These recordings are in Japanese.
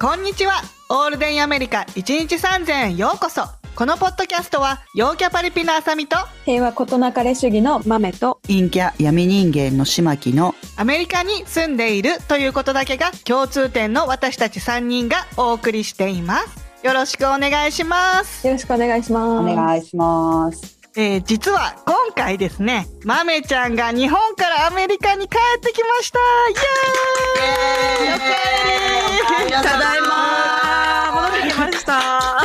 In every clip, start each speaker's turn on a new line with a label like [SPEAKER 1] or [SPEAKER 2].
[SPEAKER 1] こんにちは。オールデンアメリカ1日3000円ようこそ。このポッドキャストは、陽キャパリピのあさみと、
[SPEAKER 2] 平和ことなかれ主義の豆と
[SPEAKER 3] 陰キャ闇人間の島木の
[SPEAKER 1] アメリカに住んでいるということだけが共通点の私たち3人がお送りしています。よろしくお願いします。
[SPEAKER 2] よろしくお願いします。
[SPEAKER 3] お願いします。
[SPEAKER 1] えー実は今回ですね、まめちゃんが日本からアメリカに帰ってきましたイエーイおかえり
[SPEAKER 3] ただい
[SPEAKER 4] あー戻ってきました。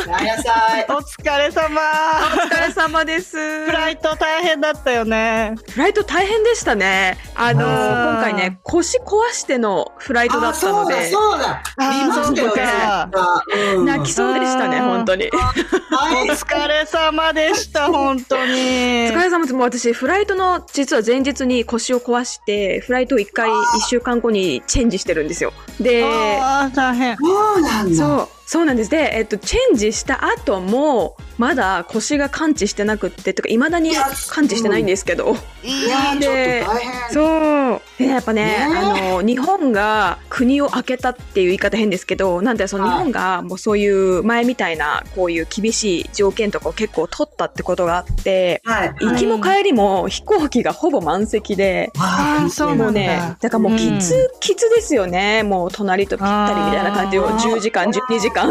[SPEAKER 3] ま。やさい。
[SPEAKER 1] お疲れ様
[SPEAKER 4] お疲れ様です。
[SPEAKER 1] フライト大変だったよね。
[SPEAKER 4] フライト大変でしたね。あの
[SPEAKER 1] あー
[SPEAKER 4] 今回ね腰壊してのフライトだったので、
[SPEAKER 3] そうだ。
[SPEAKER 1] あー
[SPEAKER 4] そう
[SPEAKER 1] そう
[SPEAKER 4] か
[SPEAKER 1] か。
[SPEAKER 3] う
[SPEAKER 4] 泣きそうでしたね
[SPEAKER 1] あー
[SPEAKER 4] 本当に。
[SPEAKER 1] お疲れ様でした、本当に。
[SPEAKER 4] お疲れ様です。もう私フライトの実は前日に腰を壊してフライトを一回一週間後にチェンジしてるんですよ。で。
[SPEAKER 1] あー大変。
[SPEAKER 3] そうなんだ。
[SPEAKER 4] そうそうなんですで、えっと、チェンジした後もまだ腰が完治してなくってとかいまだに完治してないんですけど、
[SPEAKER 3] いやーちょっと
[SPEAKER 4] で
[SPEAKER 3] 大変。
[SPEAKER 4] そうでやっぱね
[SPEAKER 3] ねえ
[SPEAKER 4] あの日本が国を開けたっていう言い方変ですけどなんでその日
[SPEAKER 3] はい
[SPEAKER 4] 本がもうそういう前みたいなこういう厳しい条件とかを結構取ったってことがあって
[SPEAKER 3] はい。
[SPEAKER 4] 行きも帰りも飛行機がほぼ満席で。
[SPEAKER 1] あーそう
[SPEAKER 4] も
[SPEAKER 1] な
[SPEAKER 4] うん
[SPEAKER 1] だ
[SPEAKER 4] ね、だからもうきつ、
[SPEAKER 1] う
[SPEAKER 4] きつですよね。もう隣とぴったりみたいな感じを
[SPEAKER 1] あー
[SPEAKER 4] 10時間、12時間。
[SPEAKER 1] あ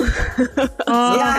[SPEAKER 3] いや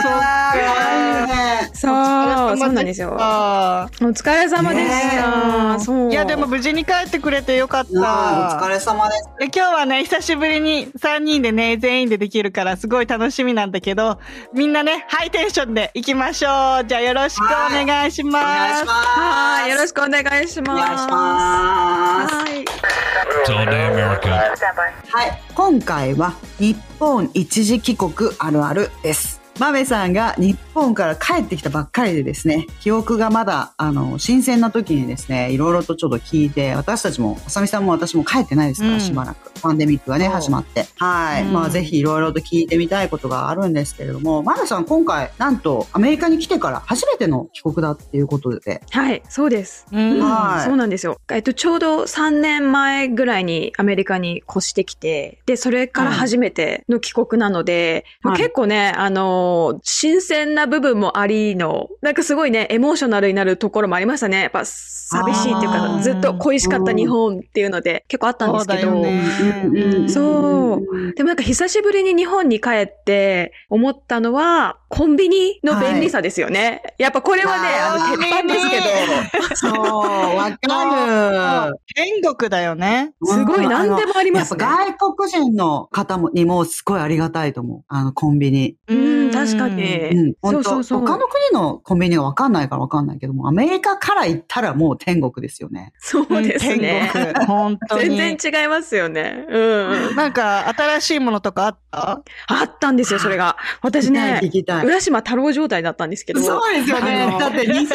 [SPEAKER 3] ー
[SPEAKER 1] ー
[SPEAKER 3] 大
[SPEAKER 4] そう
[SPEAKER 1] お疲れ様でした、
[SPEAKER 4] そうなんですよ。
[SPEAKER 1] あ
[SPEAKER 4] お疲れ様でし
[SPEAKER 1] ね
[SPEAKER 4] た。
[SPEAKER 1] え
[SPEAKER 4] そう。
[SPEAKER 1] ーいやでも無事に帰ってくれてよかっ
[SPEAKER 3] 変。あーお疲
[SPEAKER 1] た。
[SPEAKER 3] れ様です。
[SPEAKER 1] で今日はね、久しぶりに3人でね、全員でできるからすごい楽しみなんだけど、みんなね、ハイテンションで行きましょう。じゃあよろしくお願いし
[SPEAKER 3] お願い
[SPEAKER 1] ま
[SPEAKER 3] し
[SPEAKER 1] す。
[SPEAKER 3] ます。
[SPEAKER 4] はい、よろしくお願いし
[SPEAKER 3] お
[SPEAKER 4] ます。
[SPEAKER 3] 願いします。
[SPEAKER 4] はい。
[SPEAKER 5] It's all day America.
[SPEAKER 3] はい、今回は日本一時帰国あるあるです。マメさんが日本から帰ってきたばっかりでですね、記憶がまだ、あの、新鮮な時にですね、いろいろとちょっと聞いて、私たちも、あさみさんも私も帰ってないですから、
[SPEAKER 1] うん
[SPEAKER 3] しばらく。パンデミックがね、
[SPEAKER 1] そう
[SPEAKER 3] 始まって。はい。
[SPEAKER 1] うん
[SPEAKER 3] まあ、ぜひいろいろと聞いてみたいことがあるんですけれども、マメさん今回、なんと、アメリカに来てから初めての帰国だっていうことで。
[SPEAKER 4] はい、そうです。
[SPEAKER 1] うん
[SPEAKER 3] はい
[SPEAKER 4] そうなんですよ。えっと、ちょうど3年前ぐらいにアメリカに越してきて、で、それから初めての帰国なので、まあ
[SPEAKER 3] はい
[SPEAKER 4] 結構ね、あのー新鮮な部分もありの、なんかすごいね、エモーショナルになるところもありましたね。やっぱ寂しいってい
[SPEAKER 3] あ
[SPEAKER 4] うか、
[SPEAKER 1] ー
[SPEAKER 4] ずっと恋しかった日本っていうので、結構あったんですけど、
[SPEAKER 1] そうだよね
[SPEAKER 3] うんうんうん
[SPEAKER 4] そう。でもなんか久しぶりに日本に帰って思ったのは、コンビニの便利さですよね。やっぱこれはね、あ
[SPEAKER 3] あー
[SPEAKER 4] の、鉄板ですけ
[SPEAKER 3] そ
[SPEAKER 4] ど、
[SPEAKER 3] う、わかる。
[SPEAKER 1] 天国だよね。
[SPEAKER 4] すごい何でもあり
[SPEAKER 3] や
[SPEAKER 4] ま
[SPEAKER 3] っ
[SPEAKER 4] す
[SPEAKER 3] ぱ
[SPEAKER 4] ね。
[SPEAKER 3] 外国人の方もにもすごいありがたいと思う。あの、コンビニ。
[SPEAKER 4] うん、確かに。
[SPEAKER 3] うん、
[SPEAKER 4] そ
[SPEAKER 3] 本
[SPEAKER 4] うそ
[SPEAKER 3] 当
[SPEAKER 4] うそう
[SPEAKER 3] 他の国のコンビニはわかんないからわかんないけども、アメリカから行ったらもう天国ですよね。
[SPEAKER 4] そうですね。
[SPEAKER 1] 天国。本当に。
[SPEAKER 4] 全然違いますよね。うんうん。
[SPEAKER 1] なんか、新しいものとかあった
[SPEAKER 4] あったんですよ、それが。私ね
[SPEAKER 3] 聞、きたい。聞き
[SPEAKER 4] 浦島太郎状態だったんですけ
[SPEAKER 3] た
[SPEAKER 4] ど。
[SPEAKER 3] いそうですよ
[SPEAKER 4] あ
[SPEAKER 3] ね。
[SPEAKER 4] の
[SPEAKER 3] だって2、3年し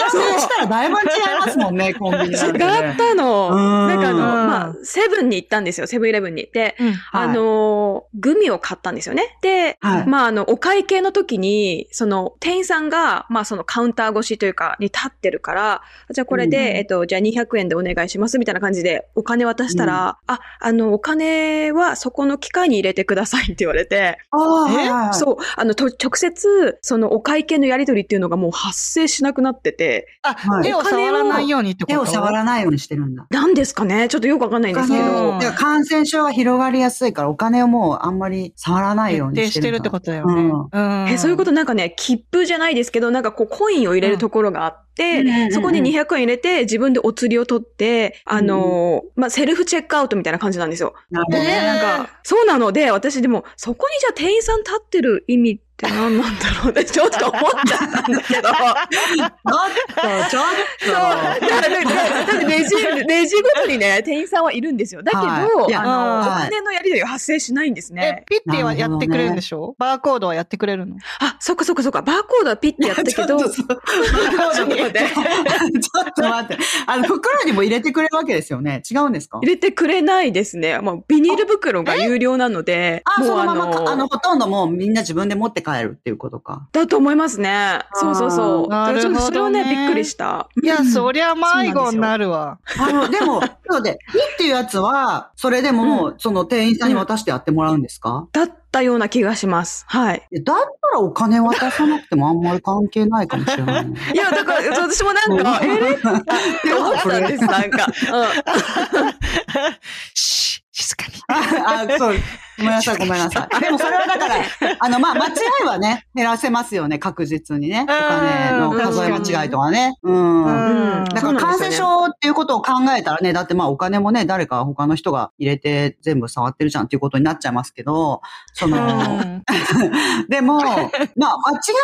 [SPEAKER 3] たらだいぶ違いますもんね、コンビニ
[SPEAKER 4] 違
[SPEAKER 3] なんてね
[SPEAKER 4] ったの。
[SPEAKER 3] うん
[SPEAKER 4] なんかあの、
[SPEAKER 1] うん
[SPEAKER 4] まあ、セブンに行ったんですよ、セブンイレブンに。で、あ、のーグミを買ったんですよね。で、
[SPEAKER 3] はい
[SPEAKER 4] まあ、あの、お会計の時に、その、店員さんが、まあ、そのカウンター越しというか、に立ってるから、じゃあこれで、
[SPEAKER 3] うん
[SPEAKER 4] えっと、じゃあ200円でお願いします、みたいな感じで、お金渡したら、あ、あの、お金はそこの機械に入れてくださいって言われて、
[SPEAKER 1] え
[SPEAKER 3] ああ、う。
[SPEAKER 4] そう、あの、と直接、その、お会計のやり取りっていうのがもう発生しなくなってて、
[SPEAKER 1] あ、
[SPEAKER 3] はい
[SPEAKER 1] 手を触らないようにってこと
[SPEAKER 3] 手を触らないようにしてるんだ。
[SPEAKER 4] なんですかねちょっとよくわかんないんですけど、
[SPEAKER 1] うん
[SPEAKER 3] だから感染症が広がりやすいから、お金をもうあんまり触らないように
[SPEAKER 1] 徹底し
[SPEAKER 3] してる
[SPEAKER 1] て
[SPEAKER 3] ん
[SPEAKER 1] るっ
[SPEAKER 3] だ。
[SPEAKER 1] てことだよね。ん
[SPEAKER 4] えそういうことなんかね、切符じゃないですけど、なんかこうコインを入れるところがあって、
[SPEAKER 3] うんうんうんうん
[SPEAKER 4] そこに200円入れて、自分でお釣りを取って、あのーまあ、セルフチェックアウトみたいな感じなんですよ。
[SPEAKER 3] なるほ
[SPEAKER 4] で
[SPEAKER 3] ど
[SPEAKER 4] ね、
[SPEAKER 1] へー
[SPEAKER 4] なんか、そうなので、私でも、そこにじゃあ店員さん立ってる意味ってって何なんだろう ね。ちょっと思っちゃったんだけど。
[SPEAKER 3] と、ちょ
[SPEAKER 4] そう。だ
[SPEAKER 3] っと。
[SPEAKER 4] って、だってレジ、レジごとにね、店員さんはいるんですよ。だけど、
[SPEAKER 3] はいいや
[SPEAKER 4] あの、お
[SPEAKER 3] はい
[SPEAKER 4] 金のやり取りは発生しないんです
[SPEAKER 1] え
[SPEAKER 4] ね、。
[SPEAKER 1] ピッては
[SPEAKER 3] な
[SPEAKER 1] や
[SPEAKER 3] るほどね
[SPEAKER 1] ってくれるんでしょ、バーコードはやってくれるの
[SPEAKER 4] あ、そっかそっかそっか。バーコードはピッてや ったけど、
[SPEAKER 3] ちょっとそ
[SPEAKER 4] ちょっと待って
[SPEAKER 3] ちょっと待って。あの、袋にも入れてくれるわけですよね。違うんですか
[SPEAKER 4] 入れてくれないですね。もうビニール袋が有料なので、
[SPEAKER 3] あ、
[SPEAKER 4] もう
[SPEAKER 3] そのままか、あの、ほとんどもうみんな自分で持って帰るっていうことか。
[SPEAKER 4] だと思いますね。そうそうそう。
[SPEAKER 1] あー
[SPEAKER 4] だからちょっとそれをね、
[SPEAKER 1] なるほどね
[SPEAKER 4] びっくりした。
[SPEAKER 1] いや、そりゃ迷
[SPEAKER 4] そうなんで
[SPEAKER 1] 子
[SPEAKER 4] す
[SPEAKER 1] に
[SPEAKER 4] よ
[SPEAKER 1] なるわ。
[SPEAKER 3] あの、でも、そうで、いいっていうやつは、それでも、その店員さんに渡してやってもらうんですか、
[SPEAKER 4] だったような気がします。はい。
[SPEAKER 3] いやだったらお金渡さなくてもあんまり関係ないかもしれない。
[SPEAKER 4] いや、だ から、私もなんか、えーっ
[SPEAKER 3] で
[SPEAKER 4] て思ったんです、なんか。うん
[SPEAKER 1] し、静かに。
[SPEAKER 3] あ、そう。ごめんなさい、ごめんなさい。でもそれはだから、あの、まあ、間違いはね、減らせますよね、確実にね。お金の数え間違いとかね。うん。
[SPEAKER 4] うん
[SPEAKER 3] だから感染症っていうことを考えたらね、だってまあお金もね、誰か他の人が入れて全部触ってるじゃんっていうことになっちゃいますけど、その、でも、まあ間違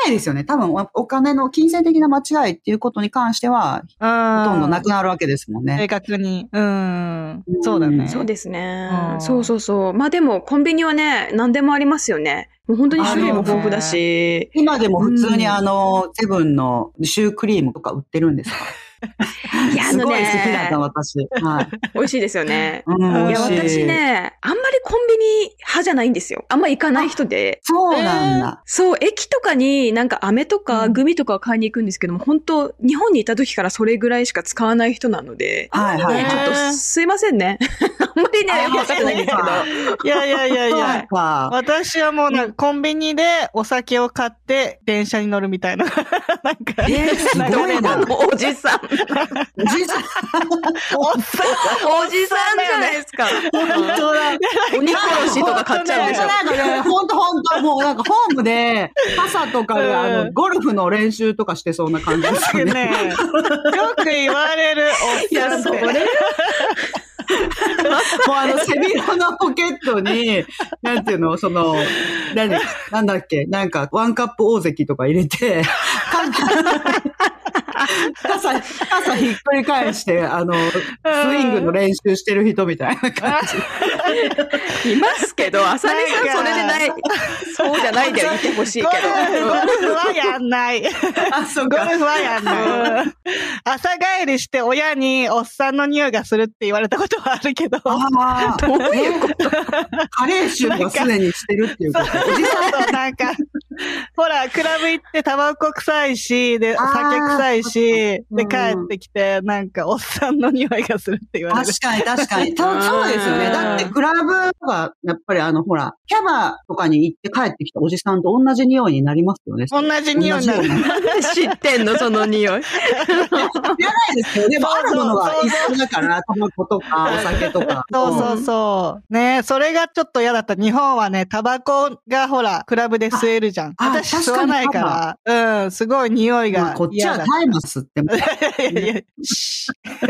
[SPEAKER 3] いですよね。多分おお金の金銭的な間違いっていうことに関しては、ほ
[SPEAKER 1] ほ
[SPEAKER 3] とんどなくなるわけですもんね
[SPEAKER 1] 正。確に。うん。そうだね。
[SPEAKER 4] そうですね
[SPEAKER 1] う。ん
[SPEAKER 4] そうそうそう。まあでも、コンビニはね、何でもありますよね。もう本当に種類も豊富だし。
[SPEAKER 3] 今でも普通に
[SPEAKER 4] うん
[SPEAKER 3] あの、セブンのシュークリームとか売ってるんですか
[SPEAKER 4] いや、あ
[SPEAKER 3] す
[SPEAKER 4] の
[SPEAKER 3] ごい好きだった、
[SPEAKER 4] ね、
[SPEAKER 3] 私。はい。
[SPEAKER 4] 美味しいですよ ね。
[SPEAKER 3] うん
[SPEAKER 4] い
[SPEAKER 3] 美
[SPEAKER 4] や、
[SPEAKER 3] 味し
[SPEAKER 4] 私ね、あんまりコンビニ派じゃないんですよ。あんま行かない人で。
[SPEAKER 3] そうなんだ。
[SPEAKER 4] そう、駅とかになんか飴とかグミとかを買いに行くんですけども、本当日本にいた時からそれぐらいしか使わない人なので、
[SPEAKER 3] はいはい
[SPEAKER 4] ねちょっとすいませんね。 あんまりね、よくわかってないんですけど。
[SPEAKER 1] いやいやいやい
[SPEAKER 3] そう
[SPEAKER 1] や。
[SPEAKER 3] か。
[SPEAKER 1] 私はもうなんかコンビニでお酒を買って電車に乗るみたいな。なんか、
[SPEAKER 3] えー、すごいな。
[SPEAKER 4] もうおじさん。
[SPEAKER 3] 人生
[SPEAKER 1] おっさん
[SPEAKER 4] おじさんじゃないですか。
[SPEAKER 3] 本当だ。
[SPEAKER 4] 鬼殺しとか買っちゃうんでしょ。
[SPEAKER 3] なんかね、ほんとほんと、もうなんかホームで、傘とかで、あ
[SPEAKER 1] う
[SPEAKER 3] の、
[SPEAKER 1] ん
[SPEAKER 3] ゴルフの練習とかしてそうな感じですよね。
[SPEAKER 1] ね。よく言われるおっさんって。
[SPEAKER 3] もうあの、背広のポケット に、なんていうの、その、何、なんだっけ、なんか、ワンカップ大関とか入れて、 傘、傘ひっくり返して、あの、スイングの練習してる人みたいな感じ。
[SPEAKER 4] いますけど、浅見さんそれでない、そうじゃないでいてほしい
[SPEAKER 1] ゴ
[SPEAKER 4] け
[SPEAKER 1] ルフ
[SPEAKER 4] ど。
[SPEAKER 1] ゴルフはやんない。
[SPEAKER 3] あ、そう
[SPEAKER 1] ゴ
[SPEAKER 3] か。
[SPEAKER 1] ルフはやんない。朝帰りして親におっさんの匂いがするって言われたことはあるけど。
[SPEAKER 3] ああ、
[SPEAKER 4] どういうこと
[SPEAKER 3] カレー臭がすでにしてるっていうこと。おじさん
[SPEAKER 1] そうなんか、ほら、クラブ行ってタバコ臭いし、で、
[SPEAKER 3] あー
[SPEAKER 1] 酒臭いし、で
[SPEAKER 3] うん、
[SPEAKER 1] 帰ってきて、なんか、おっさんの匂いがするって言われる
[SPEAKER 3] 確。かに確かに。たそうですよ
[SPEAKER 4] う
[SPEAKER 3] ね。
[SPEAKER 4] ん
[SPEAKER 3] だってクラブが、やっぱりあの、ほら、キャバとかに行って帰ってきたおじさんと同じ匂いになりますよね。
[SPEAKER 1] 同じ匂いになる
[SPEAKER 3] 同じ。匂い
[SPEAKER 4] なんで知ってんのその匂い。
[SPEAKER 3] 知らないですよ。でもあ
[SPEAKER 1] そうそう
[SPEAKER 3] るものが一緒だから、タバ コとかお酒とか。
[SPEAKER 1] そうそうそう。ねそれがちょっと嫌だった。日本はね、タバコがほら、クラブで吸えるじゃん。
[SPEAKER 3] ああ
[SPEAKER 1] 私吸
[SPEAKER 3] 確か
[SPEAKER 1] わ
[SPEAKER 3] に
[SPEAKER 1] ないから。うん、すごい匂い
[SPEAKER 3] まあ
[SPEAKER 1] が
[SPEAKER 3] こっち
[SPEAKER 1] 嫌
[SPEAKER 3] は
[SPEAKER 1] だっ
[SPEAKER 3] タイマ スって。
[SPEAKER 1] た。いやいやいや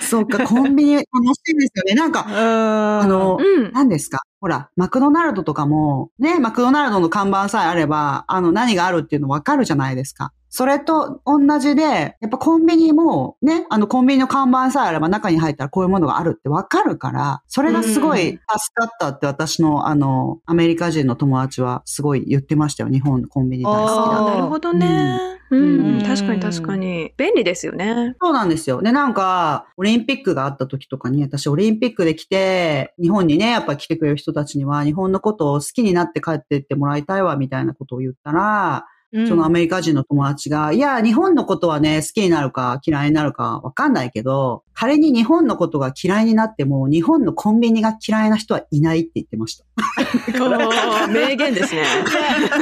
[SPEAKER 3] そうか、コンビニ楽しいですよね。なんか、あ
[SPEAKER 1] うん。
[SPEAKER 3] の、
[SPEAKER 4] うん。
[SPEAKER 3] 何ですかほら、マクドナルドとかも、ね、マクドナルドの看板さえあれば、あの、何があるっていうのわかるじゃないですか。それと同じで、やっぱコンビニも、ね、あの、コンビニの看板さえあれば中に入ったらこういうものがあるってわかるから、それがすごい助かったって私の、あの、アメリカ人の友達はすごい言ってましたよ。日本のコンビニ大好きだ
[SPEAKER 1] あー
[SPEAKER 3] って。
[SPEAKER 4] なるほどね。う
[SPEAKER 3] うん
[SPEAKER 4] ん。確かに確かに。便利ですよね。
[SPEAKER 3] そうなんですよ。で、なんか、オリンピックがあった時とかに、私オリンピックで来て、日本にね、やっぱ来てくれる人たちには、日本のことを好きになって帰ってってもらいたいわ、みたいなことを言った
[SPEAKER 1] う
[SPEAKER 3] ら、
[SPEAKER 1] ん
[SPEAKER 3] そのアメリカ人の友達が、いや、日本のことはね、好きになるか嫌いになるかわかんないけど、仮に日本のことが嫌いになっても、日本のコンビニが嫌いな人はいないって言ってました。
[SPEAKER 4] 名言です ね。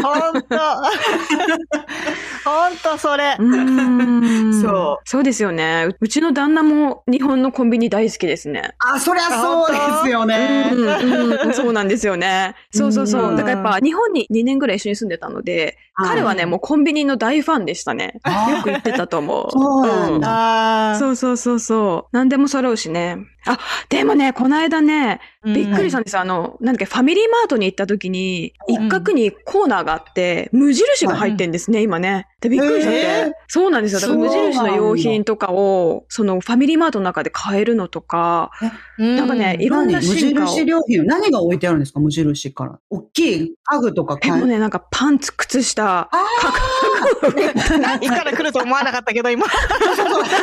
[SPEAKER 1] ほんと。 ほんとそれ。
[SPEAKER 4] そ。
[SPEAKER 3] そう
[SPEAKER 4] そうですよね。ううちの旦那も日本のコンビニ大好きですね。
[SPEAKER 3] あ、そりゃそうですよね
[SPEAKER 4] う。んうんそうなんですよね。そうそうそうう。
[SPEAKER 1] ん
[SPEAKER 4] だからやっぱ日本に2年ぐらい一緒に住んでたので、彼はね、もうコンビニの大ファンでしたね。
[SPEAKER 3] あー
[SPEAKER 4] よく言ってたと思う。
[SPEAKER 3] そうなんだ
[SPEAKER 4] う
[SPEAKER 1] ああ。
[SPEAKER 4] そうそうそうそう。何でも揃うしね。でもね、この間ね、びっくりした
[SPEAKER 1] ん
[SPEAKER 4] んです。あの、なんだっけ、ファミリーマートに行った時に、一角にコーナーがあって、無印が入ってんですね、今ね。で、びっくりしちゃって。
[SPEAKER 3] えー
[SPEAKER 4] そうなんですよ。だから無印の用品とかを、そのファミリーマートの中で買えるのとか、なんかね、いろん
[SPEAKER 3] 何
[SPEAKER 4] な
[SPEAKER 3] 無
[SPEAKER 4] 進化を。
[SPEAKER 3] 印良品何が置いてあるんですか無印から。大きい家具とか
[SPEAKER 4] え、
[SPEAKER 3] 買
[SPEAKER 4] もう
[SPEAKER 3] え
[SPEAKER 4] ね、なんかパンツ、靴下、
[SPEAKER 3] あ
[SPEAKER 1] 何から来ると思わなかったけど、 今。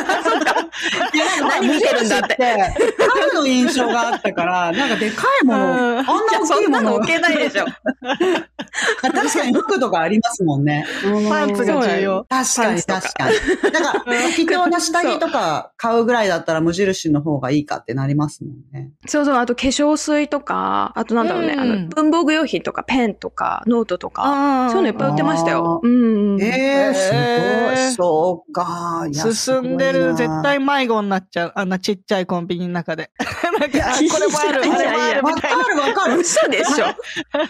[SPEAKER 4] 何見てるんだって。
[SPEAKER 3] 家具の印象があったから、なんかでかいもの、
[SPEAKER 1] うん
[SPEAKER 3] あんな大きいもの。
[SPEAKER 4] ないでしょ。
[SPEAKER 3] 確かに服とかありますもんね。
[SPEAKER 1] パンツが重要。
[SPEAKER 3] 確かに
[SPEAKER 4] パンツ
[SPEAKER 3] 確かに。だから、適当な下着とか買うぐらいだったら無印の方がいいかってなりますもんね。
[SPEAKER 4] そうそう、あと化粧水とか、あとなんだろうね、
[SPEAKER 1] うん
[SPEAKER 4] あの、文房具用品とか、ペンとか、ノートとか、そういうのいっぱい売ってましたよ。うん。
[SPEAKER 3] ええ
[SPEAKER 1] えー
[SPEAKER 3] すごい。そうか。いや
[SPEAKER 1] 進んでる。
[SPEAKER 3] すごいな
[SPEAKER 1] 絶対迷子になっちゃう。あんなちっちゃいコンビニの中で。 なんか、あこれもあ る、
[SPEAKER 4] い
[SPEAKER 1] あ
[SPEAKER 4] やいや
[SPEAKER 1] れもある
[SPEAKER 3] わ
[SPEAKER 1] みたいな。
[SPEAKER 3] かるわかる。
[SPEAKER 4] 嘘でしょ。
[SPEAKER 3] いやあの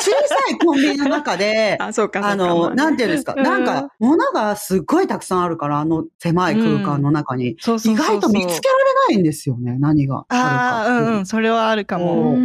[SPEAKER 3] 小さいコンビニの中 で、
[SPEAKER 4] あ、そうか、そうか。
[SPEAKER 3] あの、なん
[SPEAKER 4] て、
[SPEAKER 3] ていうんですか、
[SPEAKER 1] うん
[SPEAKER 3] なんか、物がすっごいたくさんあるから、あの狭い空間の中に。
[SPEAKER 1] そうそう
[SPEAKER 3] 意
[SPEAKER 1] そうそう
[SPEAKER 3] 外と見つけられないんですよね、何が
[SPEAKER 1] あ
[SPEAKER 3] あ
[SPEAKER 1] あ、
[SPEAKER 3] る
[SPEAKER 1] う
[SPEAKER 3] か
[SPEAKER 1] ん
[SPEAKER 3] っ
[SPEAKER 1] う
[SPEAKER 3] てい
[SPEAKER 1] ん、それはあるかも。
[SPEAKER 3] う
[SPEAKER 4] ね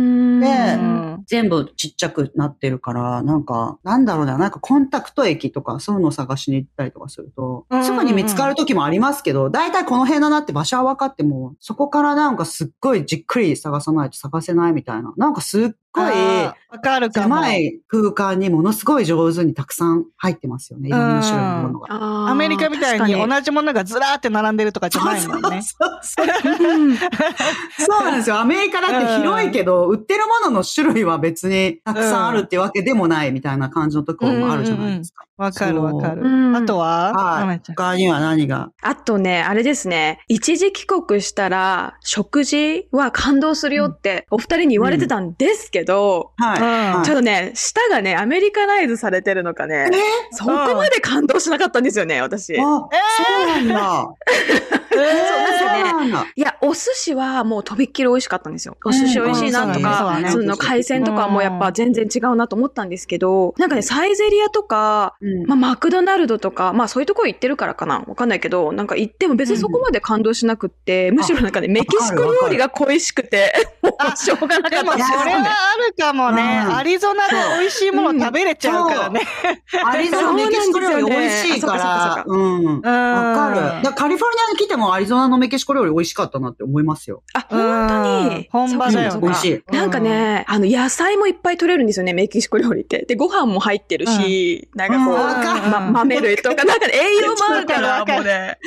[SPEAKER 3] ね
[SPEAKER 1] うん
[SPEAKER 3] 全部ちっちゃくなってるから、なんか、なんだろうな、なんかコンタクト液とか、そういうのを探しに行ったりとかすると
[SPEAKER 1] うんうん、うん
[SPEAKER 3] すぐに見つかる時もありますけど、だいたいこの辺だなって場所は分かっても、そこからなんかすっごいじっくり探さないと探せないみたいな、なんかすっごい
[SPEAKER 1] あーわかるかも。
[SPEAKER 3] 狭い空間にものすごい上手にたくさん入ってますよね、いろんな種類のものが。
[SPEAKER 4] ア
[SPEAKER 1] アメリカみたいに同じものがずらーって並んでるとかじゃない
[SPEAKER 3] そう
[SPEAKER 1] もんね。
[SPEAKER 3] そうそうそうなんですよ。アメリカだって広いけど、売ってるものの種類は別にたくさんあるってわけでもないみたいな感じのところもあるじゃないですか。
[SPEAKER 1] わかるわか
[SPEAKER 4] う
[SPEAKER 1] る。
[SPEAKER 4] ん
[SPEAKER 1] あとは、
[SPEAKER 3] はい
[SPEAKER 1] アメちゃん
[SPEAKER 3] 他には何が
[SPEAKER 4] あとね、あれですね、一時帰国したら、食事は感動するよって、お二人に言われてたんですけど、
[SPEAKER 3] はい。
[SPEAKER 1] うん
[SPEAKER 4] ちょっとね、舌がね、アメリカナイズされてるのかね、そこまで感動しなかったんですよね、私。
[SPEAKER 3] あ、そうなんだ。そうなんだ。
[SPEAKER 4] いや、お寿司はもうとびっきり美味しかったんですよ。お寿司美味しいなと
[SPEAKER 1] うんうん
[SPEAKER 4] か、そ
[SPEAKER 3] そうだねそうだね
[SPEAKER 4] の海鮮とかはもうやっぱ全然違うなと思ったんですけど、なんかね、サイゼリアとか、
[SPEAKER 3] うん
[SPEAKER 4] まあ、マクドナルドとか、まあそういうところ行ってるからかなわかんないけど、なんか行っても別にそこまで感動しなくって、むしろなんかね、メキシコ料理が恋しくて、もうしょうがなか
[SPEAKER 1] で
[SPEAKER 4] った
[SPEAKER 1] も、それ
[SPEAKER 4] ですよ
[SPEAKER 1] は
[SPEAKER 4] ね。
[SPEAKER 1] あるかもね。
[SPEAKER 3] う
[SPEAKER 1] ア
[SPEAKER 3] ん
[SPEAKER 1] リゾナで美味しいもの食べれちゃうからね。
[SPEAKER 3] アリゾナメキシコ料理美味しいか
[SPEAKER 4] そうなん
[SPEAKER 3] ら
[SPEAKER 4] で。す
[SPEAKER 3] うん。
[SPEAKER 1] うん
[SPEAKER 3] わかる。だからカリフォルニアに来てもアリゾナのメキシコ料理美味しかったなって思いますよ。
[SPEAKER 4] あ、本当
[SPEAKER 1] うん
[SPEAKER 4] に。
[SPEAKER 1] 本場だよね
[SPEAKER 4] そう
[SPEAKER 3] 美
[SPEAKER 4] か
[SPEAKER 3] 味し
[SPEAKER 4] そうか
[SPEAKER 3] い。
[SPEAKER 4] なんかね、あの、野菜もいっぱい取れるんですよね、メキシコ料理って。で、ご飯も入ってるし、なんかこう、
[SPEAKER 3] うんわかる
[SPEAKER 4] ま、豆類とか、なんかね栄養もあるから、
[SPEAKER 1] わかる
[SPEAKER 4] もうね、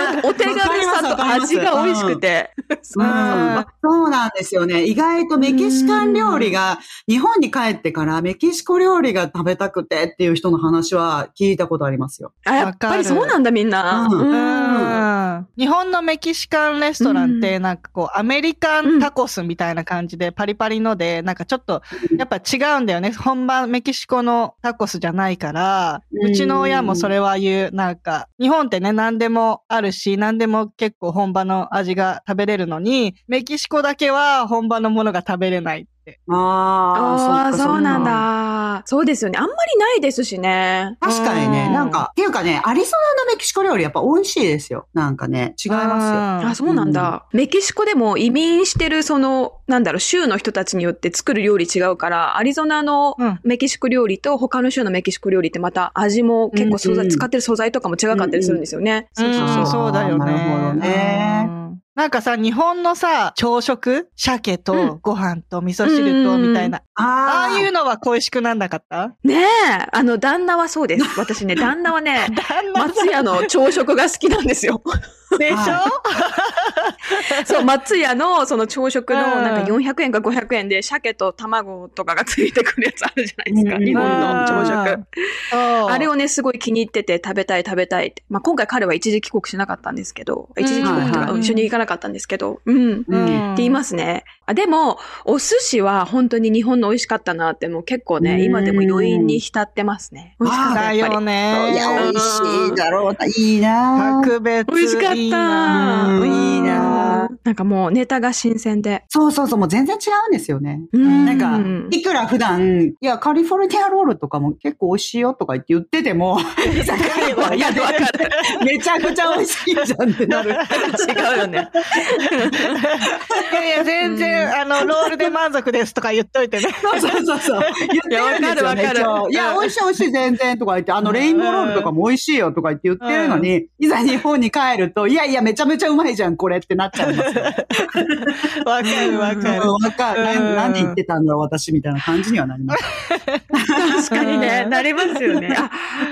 [SPEAKER 4] あの、お手軽さと味が美味しくて。
[SPEAKER 3] うん
[SPEAKER 1] うん
[SPEAKER 3] そうなんですよね。意外とメキシカン料理が、日本に帰ってからメキシコ料理が食べたくてっていう人の話は聞いたことありますよ。
[SPEAKER 4] あ、やっぱりそうなんだ、みん
[SPEAKER 3] う
[SPEAKER 4] な。
[SPEAKER 3] ん
[SPEAKER 4] うん
[SPEAKER 1] うん日本のメキシカンレストランって、なんかこう、アメリカンタコスみたいな感じで、パリパリので、なんかちょっと、やっぱ違うんだよね。本場メキシコのタコスじゃないから、
[SPEAKER 3] う
[SPEAKER 1] うんちの親もそれは言う、なんか、日本ってね、何でもあるし、何でも結構本場の味が食べれるのに、メキシコだけは本場のものが食べれないって。
[SPEAKER 3] あ
[SPEAKER 4] あ
[SPEAKER 3] あ、そ
[SPEAKER 4] あ、
[SPEAKER 3] っか
[SPEAKER 4] そうなん。
[SPEAKER 3] っか
[SPEAKER 4] だ。そうですよね。あんまりないですしね。
[SPEAKER 3] 確かにね、
[SPEAKER 1] うん
[SPEAKER 3] なんか、っていうかね、アリゾナのメキシコ料理やっぱ美味しいですよ。なんかね、違いますよ。
[SPEAKER 4] あ、
[SPEAKER 1] す
[SPEAKER 4] そうなんだ。メキシコでも移民してる、その、なんだろう、州の人たちによって作る料理違うから、アリゾナの
[SPEAKER 1] うん
[SPEAKER 4] メキシコ料理と他の州のメキシコ料理ってまた味も結構
[SPEAKER 3] う
[SPEAKER 4] 素
[SPEAKER 3] んう
[SPEAKER 4] 材、
[SPEAKER 3] ん
[SPEAKER 4] 使ってる素材とかも違かったりするんですよね。
[SPEAKER 1] う
[SPEAKER 4] そうそ
[SPEAKER 1] ん、
[SPEAKER 4] うそう。
[SPEAKER 1] そうだよね。
[SPEAKER 3] なるほどね
[SPEAKER 1] うんなんかさ、日本のさ、朝食鮭とご飯と味噌汁と
[SPEAKER 4] うん
[SPEAKER 1] みたいな。あ
[SPEAKER 3] あ
[SPEAKER 1] あいうのは恋しくなんなかった
[SPEAKER 4] ねえ、あの、旦那はそうです。私ね、旦那はね、
[SPEAKER 1] 旦那さ
[SPEAKER 4] 松屋の朝食が好きなんですよ。
[SPEAKER 1] んでしょ
[SPEAKER 4] そう、松屋のその朝食の
[SPEAKER 1] うん
[SPEAKER 4] なんか400円か500円で鮭と卵とかがついてくるやつあるじゃないですか。
[SPEAKER 3] うん
[SPEAKER 4] 日本の朝食。
[SPEAKER 1] そう
[SPEAKER 4] あれをね、すごい気に入ってて、食べたい食べたいって。まあ、今回彼は一時帰国しなかったんですけど、一時帰国と
[SPEAKER 3] はい
[SPEAKER 4] か、
[SPEAKER 1] はい
[SPEAKER 4] うん一緒に行かなかったんですけど、うん。って
[SPEAKER 3] ーうん。
[SPEAKER 4] 言いますね。あでも、お寿司は本当に日本の美味しかったなって、もう結構ね、今でも余韻に浸ってますね。
[SPEAKER 3] うん
[SPEAKER 4] 美味しかった、
[SPEAKER 1] だ
[SPEAKER 4] やっぱ
[SPEAKER 1] よ
[SPEAKER 4] り。
[SPEAKER 1] ね。
[SPEAKER 3] いや、美味しいだろうな。いいなぁ。
[SPEAKER 1] 格別。
[SPEAKER 4] 美味しかった
[SPEAKER 1] いいな
[SPEAKER 3] うんいいな
[SPEAKER 4] か、なんかもうネタが新鮮で。
[SPEAKER 3] そうそうそう、もう全然違うんですよね。
[SPEAKER 4] うん
[SPEAKER 3] なんか、いくら普段、いや、カリフォルニアロールとかも結構美味しいよとか言って言ってても、居酒屋はい
[SPEAKER 4] や、わかる。
[SPEAKER 3] めちゃくちゃ美味しいじゃんってなる。
[SPEAKER 4] 違うよね。
[SPEAKER 1] いやいや、全然、あの、ロールで満足ですとか言っといてね。
[SPEAKER 3] そうそうそうそう。言ってるんですよね、
[SPEAKER 4] いやわかるわかる
[SPEAKER 3] 一応いや、美味しい美味しい全然とか言って、あの、レインボーロールとかも美味しいよとか言って言ってるのに、いざ日本に帰ると、いやいや、めちゃめちゃうまいじゃん、これってなっちゃうんですよ。
[SPEAKER 1] わかるわかる
[SPEAKER 3] う。んわかる。
[SPEAKER 1] うん
[SPEAKER 3] 何言ってたんだろう、私みたいな感じにはなります。
[SPEAKER 4] 確かにね、
[SPEAKER 1] うん
[SPEAKER 4] なりますよね。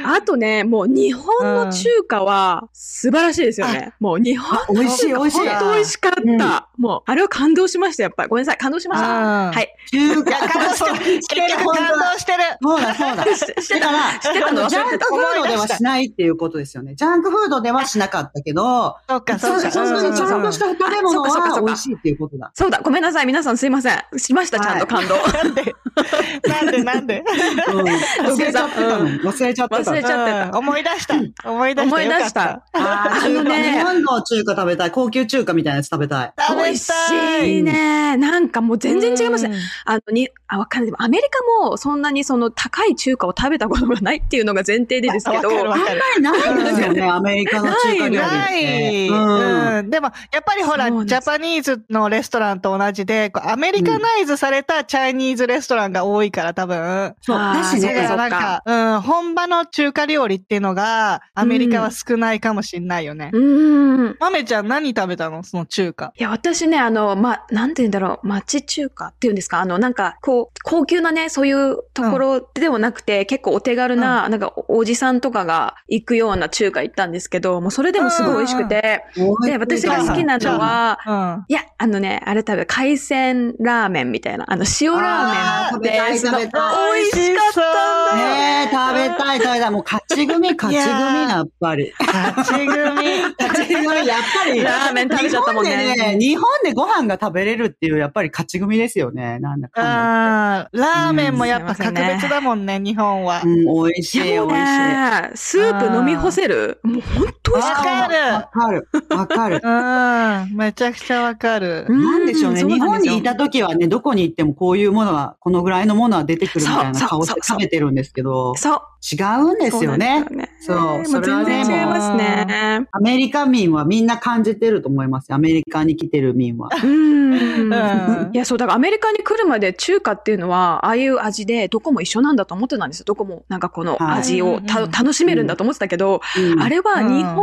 [SPEAKER 4] あ、 あとね、もう日本の中華は素晴らしいですよね。もう日本の
[SPEAKER 3] 美味しい
[SPEAKER 4] 中華
[SPEAKER 3] 美味しい
[SPEAKER 4] 本当美味しかった。もう、あれは感動しました、やっぱり。ごめんなさい、感動しました。
[SPEAKER 1] あー
[SPEAKER 4] はい。
[SPEAKER 3] 中
[SPEAKER 1] いや、
[SPEAKER 3] 華
[SPEAKER 1] 感動してる。結局感動してる。
[SPEAKER 3] そうだ、そうだ。
[SPEAKER 4] しし
[SPEAKER 3] だ
[SPEAKER 4] てた
[SPEAKER 3] か
[SPEAKER 4] の
[SPEAKER 3] ら、
[SPEAKER 4] してたの
[SPEAKER 3] あのジャン
[SPEAKER 4] 忘れて
[SPEAKER 3] ク
[SPEAKER 4] た
[SPEAKER 3] フードではしないっていうことですよね。ジャンクフードではしなかったけど、
[SPEAKER 1] そうか、
[SPEAKER 3] そ
[SPEAKER 1] そうう
[SPEAKER 3] そう
[SPEAKER 1] か。
[SPEAKER 3] そう、ちゃんとした食べ物
[SPEAKER 4] あそうかそうか
[SPEAKER 3] は
[SPEAKER 4] そうか
[SPEAKER 3] 美味しいっていうことだ。
[SPEAKER 4] そうだ、ごめんなさい、皆さんすいません。しました、ちゃんと感動。
[SPEAKER 1] なんでなんでなんで
[SPEAKER 3] うん忘れちゃってたの。忘れちゃってた
[SPEAKER 4] 忘
[SPEAKER 3] の
[SPEAKER 4] れ。ちゃってた
[SPEAKER 1] うん思い出した。思い出した。
[SPEAKER 4] 思い出した
[SPEAKER 1] よかっ
[SPEAKER 3] あー
[SPEAKER 4] あのね
[SPEAKER 3] 日本の中華食べたい。高級中華みたいなやつ食べたい。
[SPEAKER 1] た。食
[SPEAKER 4] 美
[SPEAKER 1] べ
[SPEAKER 4] 味した
[SPEAKER 1] い。
[SPEAKER 4] いね。なんかもう全然違いますね。
[SPEAKER 1] ね。
[SPEAKER 4] あのに、あ、わかんない。でもアメリカもそんなにその高い中華を食べたことがないっていうのが前提でですけ
[SPEAKER 1] わか
[SPEAKER 4] ど。
[SPEAKER 1] るわかる。
[SPEAKER 3] ないんですよね、アメリカの中華料理っ
[SPEAKER 1] な
[SPEAKER 3] て。
[SPEAKER 1] い。
[SPEAKER 3] うん
[SPEAKER 1] うん。でも、やっぱりほら、
[SPEAKER 4] そう
[SPEAKER 1] ジ
[SPEAKER 4] なんです
[SPEAKER 1] ャパニーズのレストランと同じで、こうアメリカナイズされたチャイニーズレストランが多いから、多分。
[SPEAKER 3] そう、
[SPEAKER 4] あー
[SPEAKER 3] だし
[SPEAKER 4] そ
[SPEAKER 1] だ
[SPEAKER 4] う
[SPEAKER 1] か
[SPEAKER 3] ね
[SPEAKER 4] だ、
[SPEAKER 1] らなんか、うん、本場の中華料理っていうのが、アメリカは少ないかもしんないよね。
[SPEAKER 4] うん。
[SPEAKER 1] まめちゃん何食べたのその中華。
[SPEAKER 4] いや、私ね、あの、ま、なんて言うんだろう、町中華っていうんですかあの、なんか、こう、高級なね、そういうところではなくて、結構お手軽な、なんか、おおじさんとかが行くような中華行ったんですけど、もうそれでもすごい美味しくて、で、私が好きなのは、
[SPEAKER 1] うん。
[SPEAKER 4] いや、あのね、あれ食べ、海鮮ラーメンみたいな、あの、塩ラーメン
[SPEAKER 3] あー
[SPEAKER 4] で、
[SPEAKER 3] 食べたい食べ
[SPEAKER 1] たい
[SPEAKER 4] 美味しかったんだよ。
[SPEAKER 3] ねえ、食べたい、食べたい。もう勝ち組、勝ち組、やっぱり。
[SPEAKER 1] 勝ち組。
[SPEAKER 3] 勝ち組、やっぱり。
[SPEAKER 4] ラーメン食べちゃったもんね
[SPEAKER 3] 日本で日本でご飯が食べれるっていう、やっぱり勝ち組ですよね。なんだかんだ。
[SPEAKER 1] あーラーメンもやっぱ格別だもんね、日本は
[SPEAKER 3] う。ん、美味しい、
[SPEAKER 4] い
[SPEAKER 3] 美
[SPEAKER 4] や、もう
[SPEAKER 3] 味しい。
[SPEAKER 4] ね、スープ飲み干せる。もう本当美味しかっ
[SPEAKER 1] わかる
[SPEAKER 3] わかる。わか る。
[SPEAKER 1] うん。めちゃくちゃわかる
[SPEAKER 4] た。。
[SPEAKER 3] なんでしょうね。
[SPEAKER 4] そ
[SPEAKER 3] 日
[SPEAKER 4] な
[SPEAKER 3] 本
[SPEAKER 4] んですよ
[SPEAKER 3] にいた時はね、どこに行ってもこういうものは、このぐらいのものは出てくるみたいな
[SPEAKER 4] そうそう
[SPEAKER 3] 顔して
[SPEAKER 4] そうそう
[SPEAKER 3] 食べてるんですけど、
[SPEAKER 4] そう。
[SPEAKER 3] 違うんですよね。
[SPEAKER 4] そうなんです
[SPEAKER 3] そうそ
[SPEAKER 4] よね。
[SPEAKER 3] れは
[SPEAKER 4] もう
[SPEAKER 3] ね
[SPEAKER 4] 全然違いますね。
[SPEAKER 3] アメリカ民はみんな感じてると思います。アメリカに来てる民は。
[SPEAKER 4] うん。
[SPEAKER 1] うん
[SPEAKER 4] いや、そう、だからアメリカに来るまで中華っていうのは、ああいう味でどこも一緒なんだと思ってたんですよ。どこもなんかこの
[SPEAKER 3] はい
[SPEAKER 4] 味をた
[SPEAKER 1] うんうん
[SPEAKER 4] 楽しめるんだと思ってたけど、
[SPEAKER 3] うん
[SPEAKER 4] あれは
[SPEAKER 1] うん
[SPEAKER 4] 日本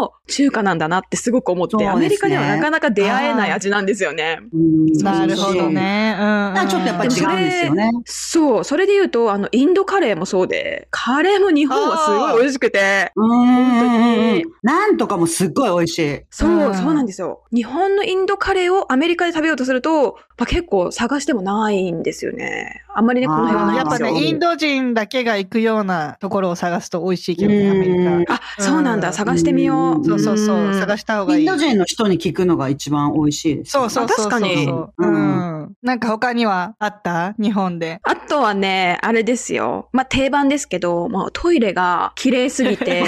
[SPEAKER 4] の中華なんだなってすごく思っ
[SPEAKER 3] そうで
[SPEAKER 4] て、
[SPEAKER 3] すね
[SPEAKER 4] アメリカではなかなか出会えない味なんですよね。
[SPEAKER 3] うん
[SPEAKER 1] なるほど。ね。うん、
[SPEAKER 3] だからちょっとやっぱり違うんですよね。
[SPEAKER 4] そう、それで言うと、あの、インドカレーもそうで、カレーも日本はすごい美味しくて、
[SPEAKER 3] うんうんうん
[SPEAKER 4] に
[SPEAKER 3] なんとかもすっごい美味しい。
[SPEAKER 4] そうう、
[SPEAKER 1] ん
[SPEAKER 4] そうなんですよ。日本のインドカレーをアメリカで食べようとすると、まあ、結構探してもないんですよね。あんまりね、この辺は
[SPEAKER 1] うん
[SPEAKER 4] な
[SPEAKER 1] や
[SPEAKER 4] い
[SPEAKER 1] っ
[SPEAKER 4] んで
[SPEAKER 1] ぱ
[SPEAKER 4] すよ。
[SPEAKER 3] あー
[SPEAKER 1] ね、インド人だけが行くようなところを探すと美味しいけどね、アメ
[SPEAKER 3] う
[SPEAKER 1] リ
[SPEAKER 3] ん
[SPEAKER 1] カ。
[SPEAKER 4] あ、そうなん
[SPEAKER 1] うん
[SPEAKER 4] だ。探してみよ
[SPEAKER 3] うん
[SPEAKER 4] う。
[SPEAKER 1] そうそうそう、
[SPEAKER 4] ん
[SPEAKER 1] 探した方がい
[SPEAKER 3] イン
[SPEAKER 1] い。
[SPEAKER 3] ド人の人に聞くのが一番美味しいです。
[SPEAKER 1] そうそうそうそう。
[SPEAKER 4] あ確かに
[SPEAKER 1] うん。なんか他にはあった日本で。
[SPEAKER 4] あとはね、あれですよ。まあ、定番ですけど、もうトイレが綺麗すぎ て、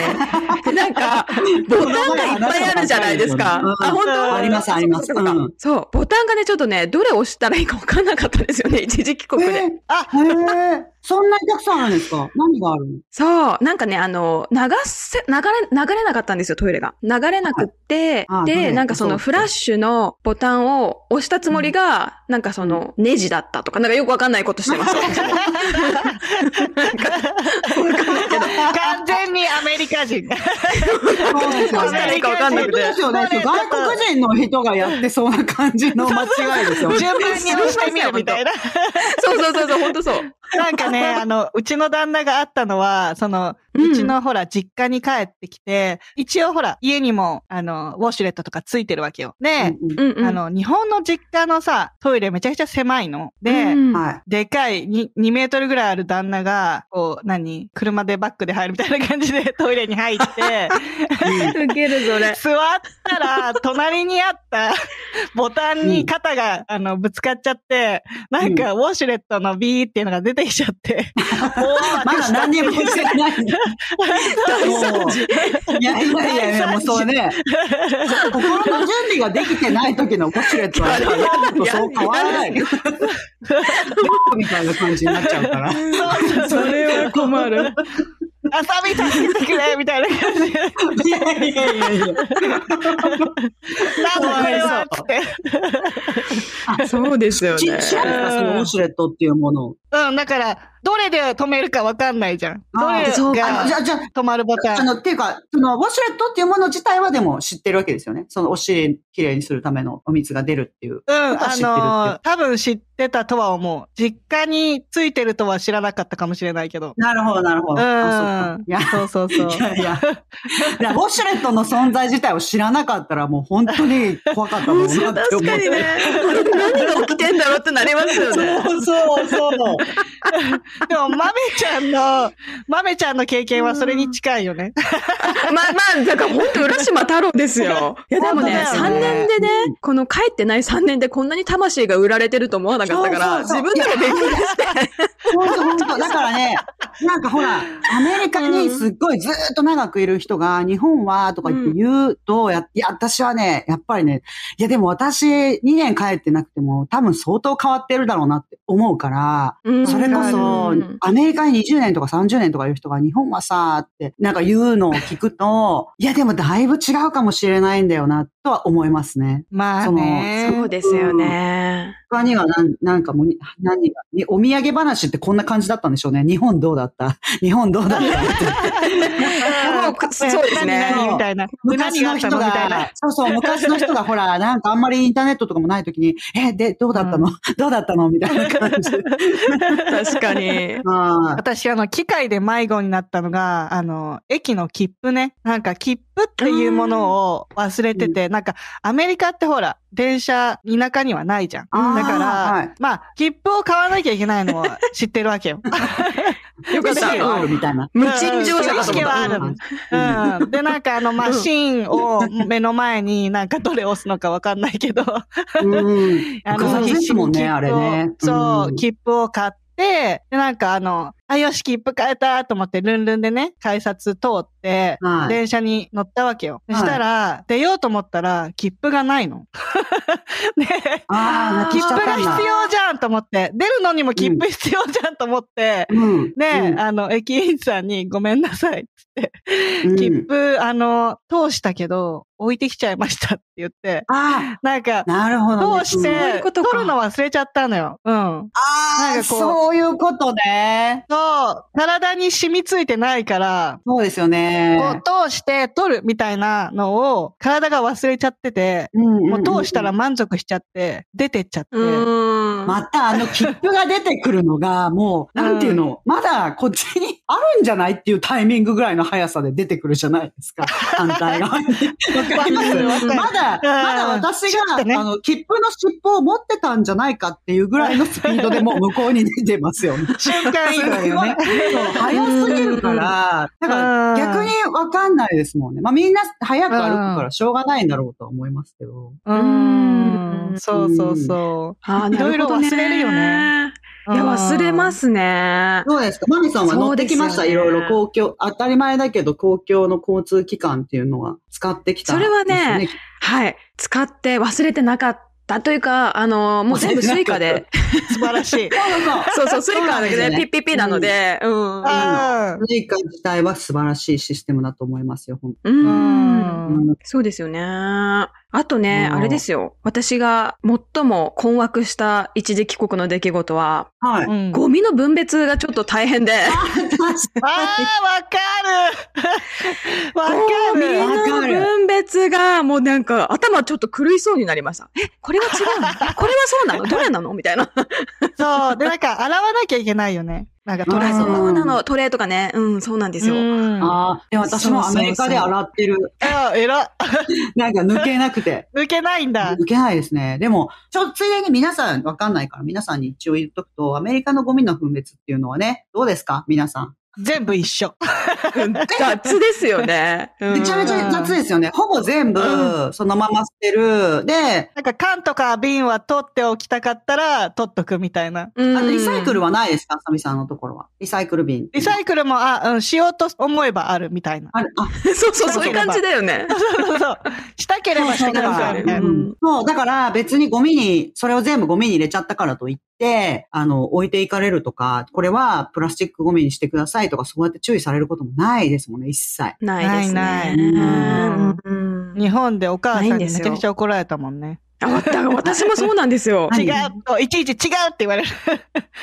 [SPEAKER 4] なんか、ボタンがいっぱいあるじゃないですか。
[SPEAKER 3] うん
[SPEAKER 4] あ、本当
[SPEAKER 3] ありますあります
[SPEAKER 4] そうかそうかそうか
[SPEAKER 3] うん
[SPEAKER 4] そう、ボタンがね、ちょっとね、どれ押したらいいか分かんなかったんです よね、一時帰国で。
[SPEAKER 3] あ、へーそんなにたくさんあるんですか何があるの
[SPEAKER 4] そう、なんかね、あの、流せ、流れ、流れなかったんですよ、トイレが。流れなくって、
[SPEAKER 3] はいあトイレ
[SPEAKER 4] で、なんかそ
[SPEAKER 3] そう
[SPEAKER 4] の
[SPEAKER 3] そう
[SPEAKER 4] フラッシュのボタンを押したつもりが、なんかそのネジだったとか、なんかよくわかんないことし てました。
[SPEAKER 1] 完全にアメリカ人。
[SPEAKER 3] そうですよ
[SPEAKER 4] どうしたらいいかわかんな
[SPEAKER 3] 本
[SPEAKER 4] く
[SPEAKER 3] 当
[SPEAKER 4] て
[SPEAKER 3] で。すよね。そう外国人の人がやってそうな感じの間違いです よ。
[SPEAKER 1] 順番に押してみるみたいな。
[SPEAKER 4] そうそうそうそう、ほんとそう。
[SPEAKER 1] なんか ね、あの、うちの旦那があったのは、その、うちのほら、実家に帰ってきて、一応ほら、家にも、あの、ウォシュレットとかついてるわけよ。で、
[SPEAKER 3] う
[SPEAKER 4] うんうん。
[SPEAKER 1] あの、日本の実家のさ、トイレめちゃくちゃ狭いの。で、
[SPEAKER 4] うん
[SPEAKER 3] んはい。
[SPEAKER 1] でかいに 2, メートルぐらいある旦那が、こう、何車でバックで入るみたいな感じで トイレに入っ て、
[SPEAKER 4] 受けるそれ。
[SPEAKER 1] 座ったら、隣にあったボタンに肩が、あの、ぶつかっちゃって、なん か、ウォシュレットのビーっていうのが出てきちゃって、大慌て
[SPEAKER 3] まだ何にもしてない。いやいやいやいや、もうそうね。心の準備ができてない時のウォシュレットは、やると そう変わらない。ベッドみたいな感じになっちゃうから。
[SPEAKER 1] それは困る。 あさみ助けてくれみたいな感じで。
[SPEAKER 3] いやいやいやいや。
[SPEAKER 1] なんだこれはつって。
[SPEAKER 6] そうですよ
[SPEAKER 3] ち
[SPEAKER 6] ね。
[SPEAKER 3] 知らないですかそのウォシュレットっていうものを。
[SPEAKER 1] うん、だから、どれで止めるかわかんないじゃん。ど
[SPEAKER 3] あ
[SPEAKER 1] れ
[SPEAKER 3] ー
[SPEAKER 4] そう
[SPEAKER 3] あじ
[SPEAKER 1] が
[SPEAKER 3] ゃあ、じゃあ、
[SPEAKER 1] 止まるボタ
[SPEAKER 3] あ
[SPEAKER 1] ン。
[SPEAKER 3] の、っていうか、その、ウォシュレットっていうもの自体はでも知ってるわけですよね。その、お尻きれいにするためのお水が出るっていう。
[SPEAKER 1] うん、
[SPEAKER 3] ことは知
[SPEAKER 1] あ
[SPEAKER 3] ってるって
[SPEAKER 1] の、多分知ってたとは思う。実家についてるとは知らなかったかもしれないけど。
[SPEAKER 3] なるほど、なるほ
[SPEAKER 1] う
[SPEAKER 3] ど。あ
[SPEAKER 1] ん
[SPEAKER 3] そっかいや、。
[SPEAKER 1] そうそうそう。
[SPEAKER 3] いやい や、いやウォシュレットの存在自体を知らなかったらもう本当に怖かったもんなって思
[SPEAKER 6] 確
[SPEAKER 3] っ
[SPEAKER 6] かに
[SPEAKER 3] て。
[SPEAKER 6] ね。何が起きてんだろうってなりますよね。
[SPEAKER 3] そうそうそう。
[SPEAKER 1] でも、まめちゃんの、まめちゃんの経験はそれに近いよね。
[SPEAKER 4] まあまあ、だから本当浦島太郎で すよ。いやでもね、
[SPEAKER 1] 本当だよ
[SPEAKER 4] 3
[SPEAKER 3] ね
[SPEAKER 4] 年でね
[SPEAKER 3] うん、
[SPEAKER 4] この帰ってない3年でこんなに魂が売られてると思わなかったから、
[SPEAKER 3] そうそうそう
[SPEAKER 4] 自分でもびっくりして。
[SPEAKER 3] 本当本当。だからね、なんかほら、アメリカにすっごいずーっと長くいる人が、日本はとか言って言うと、や、いや、私はね、やっぱりね、いやでも私2年帰ってなくても多分相当変わってるだろうなって思うから、
[SPEAKER 4] うん
[SPEAKER 3] それこそ
[SPEAKER 4] うん、
[SPEAKER 3] アメリカに20年とか30年とかいう人が日本はさ、って、なんか言うのを聞くと、 いやでもだいぶ違うかもしれないんだよな、とは思いますね。
[SPEAKER 1] まあ
[SPEAKER 4] そ
[SPEAKER 1] ね
[SPEAKER 4] う。ですよね。
[SPEAKER 3] 他にはなん、なんかもうに、何が、にお土産話ってこんな感じだったんでしょうね。日本どうだった 日本どうだった って。
[SPEAKER 4] もうくそうですね。
[SPEAKER 1] 何々みたいな。何
[SPEAKER 3] 昔
[SPEAKER 1] があ
[SPEAKER 3] の
[SPEAKER 1] った
[SPEAKER 3] 人
[SPEAKER 1] のみたいな
[SPEAKER 3] が。、そうそう、昔の人がほ ら、なんかあんまりインターネットとかもない時に、え、で、どうだったの、どうだったのみたいな感 じで。
[SPEAKER 4] 確 かに。
[SPEAKER 3] あー
[SPEAKER 1] 私、あの、機械で迷子になったのが、あの、駅の切符ね。なんか、切符っていうものを忘れてて、なんか、アメリカってほら、電車、田舎にはないじゃん。だ
[SPEAKER 3] あー
[SPEAKER 1] から、
[SPEAKER 3] はい
[SPEAKER 1] まあ、切符を買わなきゃいけないのは知ってるわけよ。
[SPEAKER 4] よかっ
[SPEAKER 3] 知識があ
[SPEAKER 4] た。
[SPEAKER 3] るみたいな。
[SPEAKER 4] 無賃乗車
[SPEAKER 1] うん知
[SPEAKER 4] かと思
[SPEAKER 1] 識
[SPEAKER 4] っ
[SPEAKER 1] は
[SPEAKER 4] た。
[SPEAKER 1] ある
[SPEAKER 3] うん
[SPEAKER 1] うん。で、なんかあのマシンを目の前になんかどれ押すのかわかんないけど、あ
[SPEAKER 3] うん。複
[SPEAKER 1] の、
[SPEAKER 3] 雑ですもん
[SPEAKER 1] 必死に切
[SPEAKER 3] ね、
[SPEAKER 1] 符を
[SPEAKER 3] あれね。
[SPEAKER 1] そう、
[SPEAKER 3] ん
[SPEAKER 1] 切符を買って、で、なんかあの、あ、よし、切符買えたと思って、ルンルンでね、改札通って、
[SPEAKER 3] はい
[SPEAKER 1] 電車に乗ったわけよ。そ
[SPEAKER 3] はい
[SPEAKER 1] したら、出ようと思ったら、切符がないの。 ね
[SPEAKER 3] ああ、泣
[SPEAKER 1] 切
[SPEAKER 3] きし
[SPEAKER 1] 符
[SPEAKER 3] ちゃった
[SPEAKER 1] が
[SPEAKER 3] ん
[SPEAKER 1] 必
[SPEAKER 3] だ。
[SPEAKER 1] 要じゃんと思って、出るのにも切符必要じゃんと思って、
[SPEAKER 3] うん。
[SPEAKER 1] で、あの、駅員さんにごめんなさいっつって、
[SPEAKER 3] うん
[SPEAKER 1] 切符、あの、通したけど、置いてきちゃいましたって言って、
[SPEAKER 3] あ
[SPEAKER 1] なんか
[SPEAKER 3] あ、、なるほどね。
[SPEAKER 1] 通し
[SPEAKER 3] うん
[SPEAKER 4] そうい
[SPEAKER 1] て
[SPEAKER 4] う、こ
[SPEAKER 1] 取
[SPEAKER 4] とか
[SPEAKER 1] るの忘れちゃったのよ。うん。
[SPEAKER 3] あ
[SPEAKER 1] なん
[SPEAKER 3] あ、
[SPEAKER 1] かこう
[SPEAKER 3] そういうことね。
[SPEAKER 1] そう、体に染みついてないから、
[SPEAKER 3] そうですよ
[SPEAKER 1] こ
[SPEAKER 3] ね。
[SPEAKER 1] う通して取るみたいなのを、体が忘れちゃってて、
[SPEAKER 3] も
[SPEAKER 1] もう通したら満足しちゃって、出てっちゃって。
[SPEAKER 4] うん。
[SPEAKER 3] またあの切符が出てくるのが、もう、なんていうの、まだこっちにあるんじゃないっていうタイミングぐらいの速さで出てくるじゃないですか。反対側に。 わかります
[SPEAKER 4] わか
[SPEAKER 3] ま
[SPEAKER 4] る
[SPEAKER 3] だ、まだ私が、
[SPEAKER 1] ね
[SPEAKER 3] あの、切符の尻尾を持ってたんじゃないかっていうぐらいのスピードでもう向こうに出てますよね。
[SPEAKER 1] 瞬間移動よね。
[SPEAKER 3] そう早すぎるから、だから逆にわかんないですもんね。まあみんな早く歩くからしょうがないんだろうとは思いますけど。
[SPEAKER 1] う
[SPEAKER 4] う
[SPEAKER 1] ん。
[SPEAKER 4] ん
[SPEAKER 1] そうそうそ
[SPEAKER 4] あー
[SPEAKER 1] いろいろ忘れるよね。う。
[SPEAKER 4] いや、忘れま
[SPEAKER 1] うん。
[SPEAKER 4] すね。
[SPEAKER 3] どうですかマミさんは乗ってきました、
[SPEAKER 4] そうです
[SPEAKER 3] い
[SPEAKER 4] よね
[SPEAKER 3] ろいろ公共、当たり前だけど公共の交通機関っていうのは使ってきたんですよ、
[SPEAKER 4] それはねはい。使って忘れてなかったというか、あの、もう全部スイ カで。
[SPEAKER 1] 素晴らしい。
[SPEAKER 3] そうそうそう。
[SPEAKER 4] そうそう、スイカだけ
[SPEAKER 3] そうなんで
[SPEAKER 4] で
[SPEAKER 3] すよね
[SPEAKER 4] ピッピッピなので、うん。
[SPEAKER 1] あー
[SPEAKER 3] スイカ自体は素晴らしいシステムだと思いますよ、本
[SPEAKER 4] う。
[SPEAKER 1] うんん。
[SPEAKER 4] そうですよね。あとね、
[SPEAKER 3] うん
[SPEAKER 4] あれですよ。私が最も困惑した一時帰国の出来事は、
[SPEAKER 3] 当はい。
[SPEAKER 1] うん
[SPEAKER 4] ゴミの分別がちょっと大変で、
[SPEAKER 1] あー、 わかるわ
[SPEAKER 4] ゴ
[SPEAKER 1] か
[SPEAKER 4] ミ
[SPEAKER 1] る
[SPEAKER 4] の分別がもうなんか頭ちょっと狂いそうになりました。え、これは違う のこれはそうなのどれなのみたい な。
[SPEAKER 1] そう。で、なんか、洗わなきゃいけないよね。なんか、トライ
[SPEAKER 3] ん
[SPEAKER 1] とか。
[SPEAKER 4] そうなのトレーとかね。うん、そうなんですよ。
[SPEAKER 1] うんあ
[SPEAKER 3] ああ、で私もアメリカで洗ってる。
[SPEAKER 1] あ、えら。
[SPEAKER 3] なんか抜けなくて。
[SPEAKER 1] 抜けないんだ。
[SPEAKER 3] 受けないですね。でも、ちょ、ついでに皆さんわかんないから、皆さんに一応言っとくと、アメリカのゴミの分別っていうのはね、どうですか皆さん。
[SPEAKER 1] 全部一緒。
[SPEAKER 4] うん雑ですよ ね。
[SPEAKER 3] めちゃめちゃ夏ですよね。ほぼ全部、そのまま捨てる。で、
[SPEAKER 1] なんか缶とか瓶は取っておきたかったら取っとくみたいな。
[SPEAKER 4] うん。
[SPEAKER 3] あとリサイクル
[SPEAKER 4] は
[SPEAKER 3] はないですかあさみさんのところは。リサイクル瓶。。
[SPEAKER 1] リサイクルも、あ、うん、しようと思えばあるみたい な
[SPEAKER 3] あるあ、
[SPEAKER 4] そうそう、そういう感じだよね。
[SPEAKER 1] そうそうそう。したければしてくださいみたいな。
[SPEAKER 4] ん
[SPEAKER 3] そう、だから別にゴミに、それを全部ゴミに入れちゃったからといって、あの、置いていかれるとか、これはプラスチックゴミにしてくださいとか、そうやって注意されることもないですもんね、一切。
[SPEAKER 4] ないですね。
[SPEAKER 1] ない
[SPEAKER 3] な
[SPEAKER 4] うん
[SPEAKER 1] 日本でお母さ
[SPEAKER 4] ない
[SPEAKER 1] ん
[SPEAKER 4] ん
[SPEAKER 1] に
[SPEAKER 4] で
[SPEAKER 1] め
[SPEAKER 4] すよ
[SPEAKER 1] ちゃくちゃ怒られたもんね。
[SPEAKER 4] あ、わった私もそうなんですよ
[SPEAKER 3] な。い
[SPEAKER 1] 違うと、いちいち違うって言われる。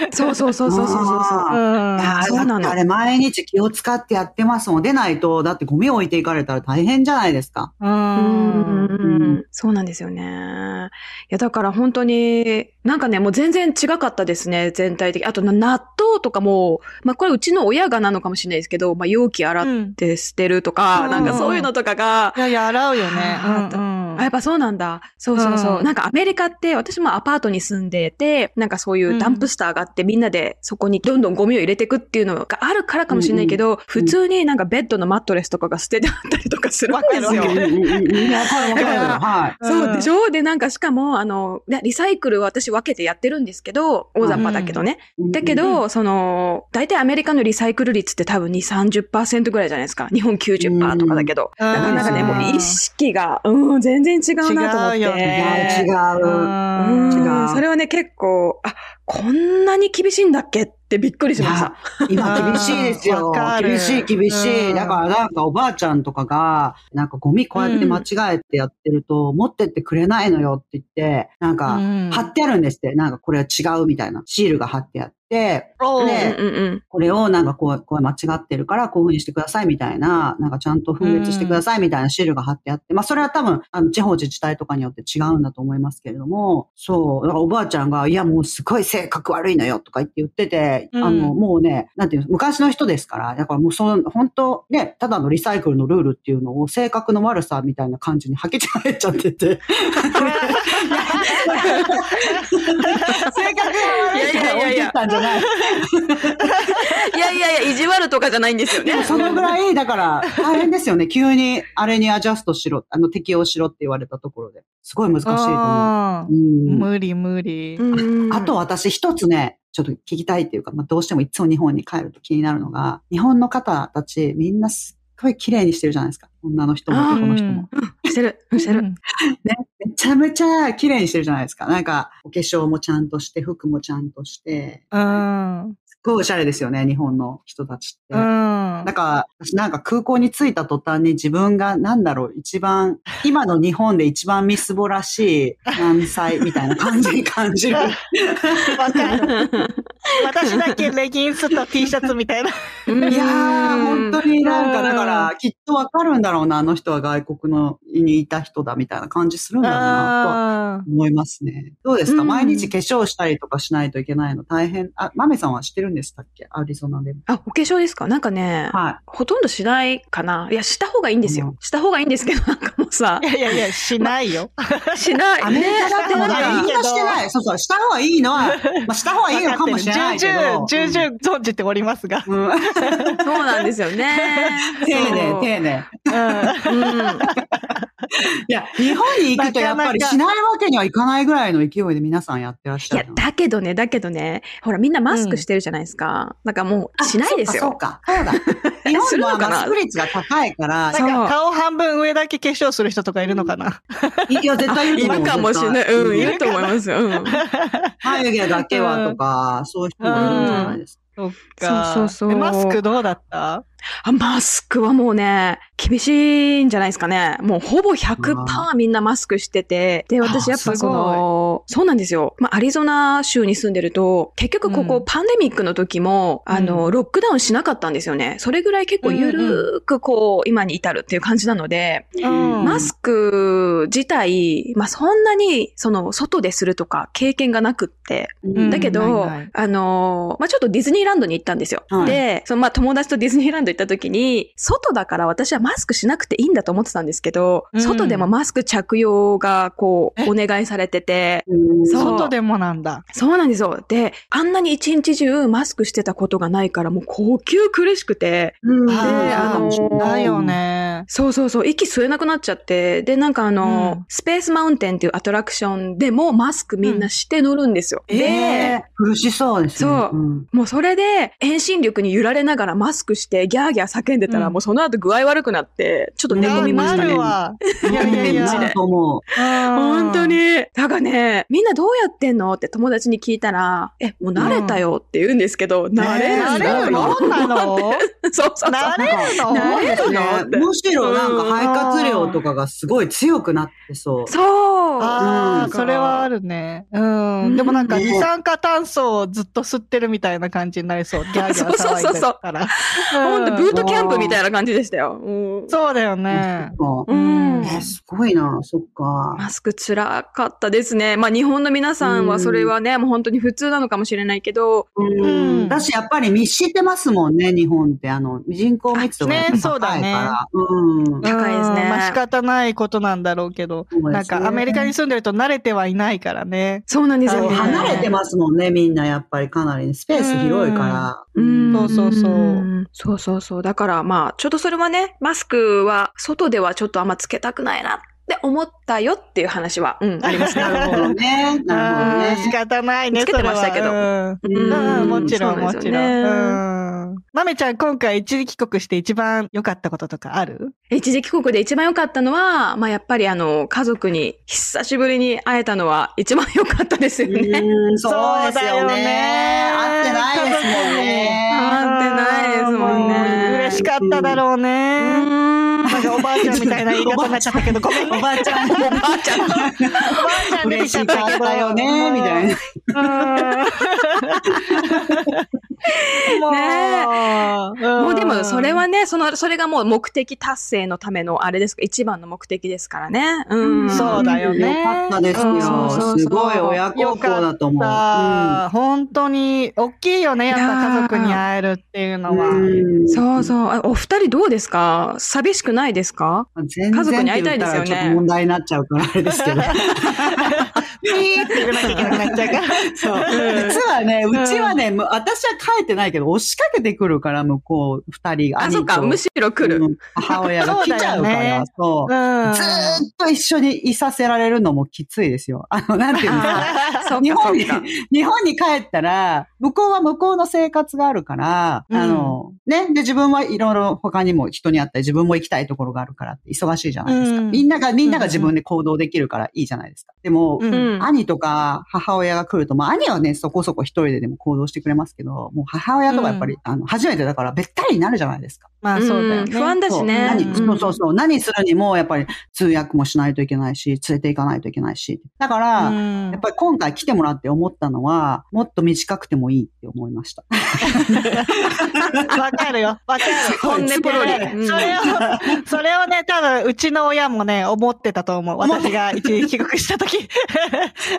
[SPEAKER 4] そうそうそうそうそうそうそう。
[SPEAKER 3] あ
[SPEAKER 1] うん
[SPEAKER 3] いやー
[SPEAKER 4] そうなの
[SPEAKER 3] だってあれ毎日気を使ってやってますもん。でないと、だってゴミ置いていかれたら大変じゃないですか。
[SPEAKER 1] う。
[SPEAKER 4] うんんそうなんですよね。いや、だから本当に、なんかね、もう全然違かったですね、全体的。あと、な納豆とかも、まあ、これうちの親がなのかもしれないですけど、まあ、容器洗っ
[SPEAKER 1] うん
[SPEAKER 4] て捨てるとか、
[SPEAKER 1] うん
[SPEAKER 4] なんかそういうのとかが、
[SPEAKER 1] いやいや、洗うよね。
[SPEAKER 4] あー
[SPEAKER 1] うんうん
[SPEAKER 4] あ、やっぱそうなんだ。そうそうそう。
[SPEAKER 1] うん
[SPEAKER 4] なんかアメリカって、私もアパートに住んでて、なんかそういうダンプスターがあって、みんなでそこにどんどんゴミを入れていくっていうのがあるからかもしれないけど、普通になんかベッドのマットレスとかが捨ててあったりとかするんですよ。
[SPEAKER 1] わかるわかる
[SPEAKER 3] いやわかるわかるはい。
[SPEAKER 4] そうでしょ、で、なんかしかも、あの、ねリサイクルは私分けてやってるんですけど、大雑把だけどね。だけど、その、大体アメリカのリサイクル率って多分2、30%ぐらいじゃないですか。日本90%とかだけど。
[SPEAKER 1] うん
[SPEAKER 4] だからなんかね、
[SPEAKER 3] うん
[SPEAKER 4] もう意識が、うん、全然違うなと思って。
[SPEAKER 1] 違うよ
[SPEAKER 3] いや
[SPEAKER 1] ね
[SPEAKER 3] 違う。
[SPEAKER 4] うん
[SPEAKER 1] うん
[SPEAKER 3] 違う
[SPEAKER 4] それはね、結構、あ、こんなに厳しいんだっけってびっくりしました。
[SPEAKER 3] 今厳しいですよ
[SPEAKER 1] わ。かる
[SPEAKER 3] 厳しい厳しい。
[SPEAKER 1] うん
[SPEAKER 3] だからなんかおばあちゃんとかが、なんかゴミこうやって間違えてやってると、持ってってくれないのよって言って、なんか
[SPEAKER 1] うん
[SPEAKER 3] 貼ってあるんですって。なんかこれは違うみたいな。シールが貼ってあって、
[SPEAKER 1] おう
[SPEAKER 3] ね
[SPEAKER 4] うんうん
[SPEAKER 3] これをなんかこう、こう間違ってるからこういう風にしてくださいみたいな、なんかちゃんと分別してくださいみたいなシールが貼ってあって、まあそれは多分、あの、地方自治体とかによって違うんだと思いますけれども、そう、だからおばあちゃんが、いやもうすごい性格悪いのよとか言って言ってて、
[SPEAKER 1] うん
[SPEAKER 3] あの、もうね、なんていうの、昔の人ですから、だからもうその、本当ね、ただのリサイクルのルールっていうのを性格の悪さみたいな感じに吐き違えちゃっ てて、性格が悪いから置いてったんじゃない。
[SPEAKER 4] いやいやいや、意地悪とかじゃないんですよね
[SPEAKER 3] でも。そのぐらい、だから、大変ですよね。急に、あれにアジャストしろ、あの、適応しろって言われたところで。すごい難しいと思
[SPEAKER 1] あ
[SPEAKER 3] う。
[SPEAKER 1] ー
[SPEAKER 3] うん
[SPEAKER 1] 無理無理。
[SPEAKER 4] うん
[SPEAKER 3] あと私一つね、ちょっと聞きたいっていうか、まあ、どうしてもいつも日本に帰ると気になるのが、日本の方たちみんなすっごい綺麗にしてるじゃないですか。女の人も
[SPEAKER 4] あー
[SPEAKER 3] 男の人も。
[SPEAKER 4] してる、してる。
[SPEAKER 3] めちゃめちゃ綺麗にしてるじゃないですか。なんか、お化粧もちゃんとして、服もちゃんとして、
[SPEAKER 1] うん。うん。
[SPEAKER 3] すっごいおしゃれですよね、日本の人たちって。
[SPEAKER 1] うん
[SPEAKER 3] なんか、私なんか空港に着いた途端に自分がなんだろう、一番、今の日本で一番みすぼらしい何歳みたいな感じに感 じる。
[SPEAKER 1] わかる。私だけレギンスと T シャツみたいな。
[SPEAKER 3] いやー、本当になんか、
[SPEAKER 1] うん
[SPEAKER 3] だから、きっとわかるんだろうな、あの人は外国のにいた人だみたいな感じするんだろうな、とは
[SPEAKER 1] あ
[SPEAKER 3] 思いますね。どうですか、
[SPEAKER 4] うん
[SPEAKER 3] 毎日化粧したりとかしないといけないの大変。あ、マメさんはしてるんでしたっけアリゾナでも。
[SPEAKER 4] あ、お化粧ですかなんかね、
[SPEAKER 3] は
[SPEAKER 4] ほとんどしないかな。いや、した方がいいんですよ。
[SPEAKER 3] うん。
[SPEAKER 4] した方がいいんですけど、なんかもうさ
[SPEAKER 1] ーい、やいやいや、しないよ。
[SPEAKER 4] しないい。
[SPEAKER 3] アメリカだっても
[SPEAKER 4] ね
[SPEAKER 3] だからみんなしてない。そうそう、した方がいいのは、まあ、した方がいいのかもしれないけど。
[SPEAKER 1] 重々、重々存じておりますが。
[SPEAKER 3] うん
[SPEAKER 4] そうなんですよね。
[SPEAKER 3] 丁
[SPEAKER 4] そ
[SPEAKER 3] 寧、
[SPEAKER 4] う
[SPEAKER 3] 丁寧。
[SPEAKER 1] う
[SPEAKER 4] うん
[SPEAKER 3] いや、日本に行くとやっぱりしないわけにはいかないぐらいの勢いで皆さんやってらっし
[SPEAKER 4] い
[SPEAKER 3] ゃ
[SPEAKER 4] や
[SPEAKER 3] る、。
[SPEAKER 4] だけどね、だけどね、ほら、みんなマスクしてるじゃないですか。だからもう、しないです
[SPEAKER 3] そう
[SPEAKER 4] よ。
[SPEAKER 3] か、そう かそうだ。日本
[SPEAKER 4] する
[SPEAKER 3] は
[SPEAKER 4] のかな
[SPEAKER 3] マスク率が高いから、
[SPEAKER 1] ん。なんか顔半分上だけ化粧する人とかいるのかな。
[SPEAKER 3] いや、絶対いると思う。
[SPEAKER 4] 今かもしれない。
[SPEAKER 3] 絶対
[SPEAKER 4] うん、いると思いますよ。うん。
[SPEAKER 3] 眉毛だけはとか、そういう人もいるんじゃないですか。
[SPEAKER 1] そっか。
[SPEAKER 4] そうそうそう
[SPEAKER 1] えマスクどうだった
[SPEAKER 4] あマスクはもうね、厳しいんじゃないですかね。もうほぼ100%みんなマスクしてて。で、私やっ
[SPEAKER 1] あ
[SPEAKER 4] ぱ
[SPEAKER 1] す
[SPEAKER 4] そ
[SPEAKER 1] ごい
[SPEAKER 4] の、そうなんですよ。まあ、アリゾナ州に住んでると、結局ここ、
[SPEAKER 1] うん
[SPEAKER 4] パンデミックの時も、あ
[SPEAKER 1] う
[SPEAKER 4] の、ロックダウンしなかったんですよね。それぐらい結構ゆるーくこう、今に至るっていう感じなので、
[SPEAKER 3] ん
[SPEAKER 4] マスク自体、まあ、そんなに、その、外でするとか経験がなくって、
[SPEAKER 1] うん
[SPEAKER 4] だけど、
[SPEAKER 1] ないない
[SPEAKER 4] あのーまあ、ちょっとディズニーランドに行ったんですよ。
[SPEAKER 3] はい
[SPEAKER 4] で、そのまあ、友達とディズニーランド行った時に、外だから私はマスクしなくていいんだと思ってたんですけど、
[SPEAKER 1] うん
[SPEAKER 4] 外でもマスク着用がこう、お願いされてて、
[SPEAKER 3] う
[SPEAKER 4] そう
[SPEAKER 1] 外でもなんだ。
[SPEAKER 4] そうなんですよ。で、あんなに一日中マスクしてたことがないから、もう呼吸苦しくて、
[SPEAKER 3] うん
[SPEAKER 1] で
[SPEAKER 4] あのー
[SPEAKER 1] だよ。ね。
[SPEAKER 4] そうそうそう、息吸えなくなっちゃって、で、なんかあの、スペースマウンテンっていうアトラクションでもマスクみんなして乗るんですよ。
[SPEAKER 3] ええ苦しそうですね。
[SPEAKER 4] そうんもうそれで遠心力に揺られながらマスクしてギャーギャー叫んでたら、
[SPEAKER 1] うん
[SPEAKER 4] もうその後具合悪くなって、ちょっと寝込みました
[SPEAKER 1] な
[SPEAKER 4] ね
[SPEAKER 1] る。わ。いやいやい
[SPEAKER 4] ベン
[SPEAKER 1] や
[SPEAKER 4] チで。
[SPEAKER 3] なると思う。
[SPEAKER 4] 本
[SPEAKER 1] 本
[SPEAKER 4] 当。に。だからね、みんなどうやってんのって友達に聞いたら、え、もう慣れたよって言うんですけど、慣れる
[SPEAKER 1] なん
[SPEAKER 4] だ
[SPEAKER 1] れる
[SPEAKER 4] よ
[SPEAKER 1] も。んなの
[SPEAKER 4] そうそうそう。
[SPEAKER 1] なれるの
[SPEAKER 4] なれるの
[SPEAKER 3] ね
[SPEAKER 4] って
[SPEAKER 3] むしろなんか肺活量とかがすごい強くなってそう。
[SPEAKER 4] そう。
[SPEAKER 1] ああ、
[SPEAKER 3] うん
[SPEAKER 1] それはあるね。う
[SPEAKER 4] うん
[SPEAKER 1] ん。でもなんか
[SPEAKER 3] うん
[SPEAKER 1] 二酸化炭素をずっと吸ってるみたいな感じになりそう。ギャーギャー騒いでたから。
[SPEAKER 4] ほんと、ブートキャンプみた
[SPEAKER 1] い
[SPEAKER 4] いな感じでしたよ。うん
[SPEAKER 1] そうだよね。
[SPEAKER 3] そっか
[SPEAKER 4] うん
[SPEAKER 3] え、すごいな、そっか。
[SPEAKER 4] マスクつらかったですね。まあ日本の皆さんはそれはね、もう本当に普通なのかもしれないけど、
[SPEAKER 3] うん。
[SPEAKER 1] ん
[SPEAKER 3] だし、やっぱり密してますもんね、日本って。あの、人口密度がやっぱ
[SPEAKER 1] ねそうだ
[SPEAKER 3] 高い
[SPEAKER 1] ね
[SPEAKER 3] から。うん。
[SPEAKER 4] 高いで
[SPEAKER 1] う
[SPEAKER 4] すね
[SPEAKER 1] んまあ仕方ないことなんだろうけど、
[SPEAKER 3] そう
[SPEAKER 1] な
[SPEAKER 3] で
[SPEAKER 1] ん
[SPEAKER 3] すね
[SPEAKER 1] かアメリカに住んでると慣れてはいないからね。
[SPEAKER 4] そうなんですよ
[SPEAKER 3] そう
[SPEAKER 4] ね。
[SPEAKER 3] 離れてますもんね、みんなやっぱりかなりねスペース広いから。
[SPEAKER 4] うん
[SPEAKER 1] そうそうそうん
[SPEAKER 4] そうそうそう。だからまあ、ちょっとそれはね、マスクは外ではちょっとあんまつけたくないなって思ったよっていう話は、うん、ありますね。
[SPEAKER 3] なるほどね。なる
[SPEAKER 1] あー
[SPEAKER 3] ほど
[SPEAKER 1] 仕
[SPEAKER 3] ね。
[SPEAKER 1] 方ないね。
[SPEAKER 4] つけてましたけど
[SPEAKER 1] それは うん
[SPEAKER 4] うん
[SPEAKER 1] うん、もちろん、
[SPEAKER 4] そうなん
[SPEAKER 1] も
[SPEAKER 4] です
[SPEAKER 1] ち
[SPEAKER 4] よ
[SPEAKER 1] ろ
[SPEAKER 4] ね
[SPEAKER 1] ん。うん。まめちゃん、今回一時帰国して一番良かったこととかある
[SPEAKER 4] 一時帰国で一番良かったのは、まあやっぱりあの、家族に久しぶりに会えたのは一番良かったですよね。
[SPEAKER 3] うんそうですよね。合ってないですもんね。
[SPEAKER 4] 会ってないですもんね
[SPEAKER 1] う嬉しかっただろう
[SPEAKER 4] う
[SPEAKER 1] ね。
[SPEAKER 4] ーん
[SPEAKER 1] なんかおばあちゃんみたいな言い方になっちゃったけど、ごめんね。
[SPEAKER 3] おばあちゃん、おばあちゃん、
[SPEAKER 1] おばあちゃん出て
[SPEAKER 3] 嬉
[SPEAKER 1] き
[SPEAKER 3] し
[SPEAKER 1] ちゃ
[SPEAKER 3] か
[SPEAKER 1] っ
[SPEAKER 3] った
[SPEAKER 1] けど。
[SPEAKER 3] たよね、みたいな。
[SPEAKER 1] な。もう、ん
[SPEAKER 4] もうでもそれはね、その、それがもう目的達成のためのあれですか、一番の目的ですからね。うん。
[SPEAKER 1] そうだよね。
[SPEAKER 3] よかったです
[SPEAKER 4] うんそうそうそ
[SPEAKER 3] よ。
[SPEAKER 4] う
[SPEAKER 3] すごい親孝行だと思う。
[SPEAKER 1] さあ、本当に大きいよね。やっ
[SPEAKER 4] いや
[SPEAKER 1] ぱ
[SPEAKER 4] ー
[SPEAKER 1] 家族に会えるっていうのは。
[SPEAKER 3] うん
[SPEAKER 4] そうそう。あお二人どうですか寂しくないですか
[SPEAKER 3] 全然って言ったらちょっと問題になっちゃうからあれですけど。
[SPEAKER 1] ピーって言わなきゃいけなくなっちゃうから。
[SPEAKER 3] そう。実はね、うちはね、む私は帰ってないけど、押しかけてくるから、向こう、二人が。
[SPEAKER 4] あ、
[SPEAKER 3] 兄
[SPEAKER 4] そ
[SPEAKER 3] と
[SPEAKER 4] っか。むしろ来
[SPEAKER 3] う
[SPEAKER 4] る。
[SPEAKER 3] ん母親が来ちゃうから、そう,、
[SPEAKER 1] うん。
[SPEAKER 3] ずーっと一緒にいさせられるのもきついですよ。あの、なんていうんですか。
[SPEAKER 4] あーそっ
[SPEAKER 3] 日
[SPEAKER 4] かそ
[SPEAKER 3] 本
[SPEAKER 4] っ
[SPEAKER 3] に
[SPEAKER 4] か。、
[SPEAKER 3] 日本に帰ったら、向こうは向こうの生活があるから、
[SPEAKER 1] うん
[SPEAKER 3] あの、ね、で自分はいろいろ他にも人に会ったり、自分も行きたいところがあるからって忙しいじゃないですか。
[SPEAKER 1] うん
[SPEAKER 3] みんなが、みんなが自分で行動できるからいいじゃないですか。でも、
[SPEAKER 1] うん
[SPEAKER 4] うん
[SPEAKER 3] 兄とか母親が来ると、まあ兄はね、そこそこ一人ででも行動してくれますけど、もう母親とかやっぱり、あの、初めてだからべったりになるじゃないですか。
[SPEAKER 1] まあそうだよ
[SPEAKER 4] ん
[SPEAKER 1] ね。
[SPEAKER 4] 不安だしね。
[SPEAKER 3] そう
[SPEAKER 1] う
[SPEAKER 3] 何、
[SPEAKER 1] ん
[SPEAKER 3] そうそうそう。何するにも、やっぱり通訳もしないといけないし、連れて行かないといけないし。だから、
[SPEAKER 1] うん
[SPEAKER 3] やっぱり今回来てもらって思ったのは、もっと短くてもいいって思いました。
[SPEAKER 1] わかるよ。わかる。
[SPEAKER 4] 本音ポロリうん
[SPEAKER 1] それを、それをね、多分、うちの親もね、思ってたと思う。私が一時帰国した 時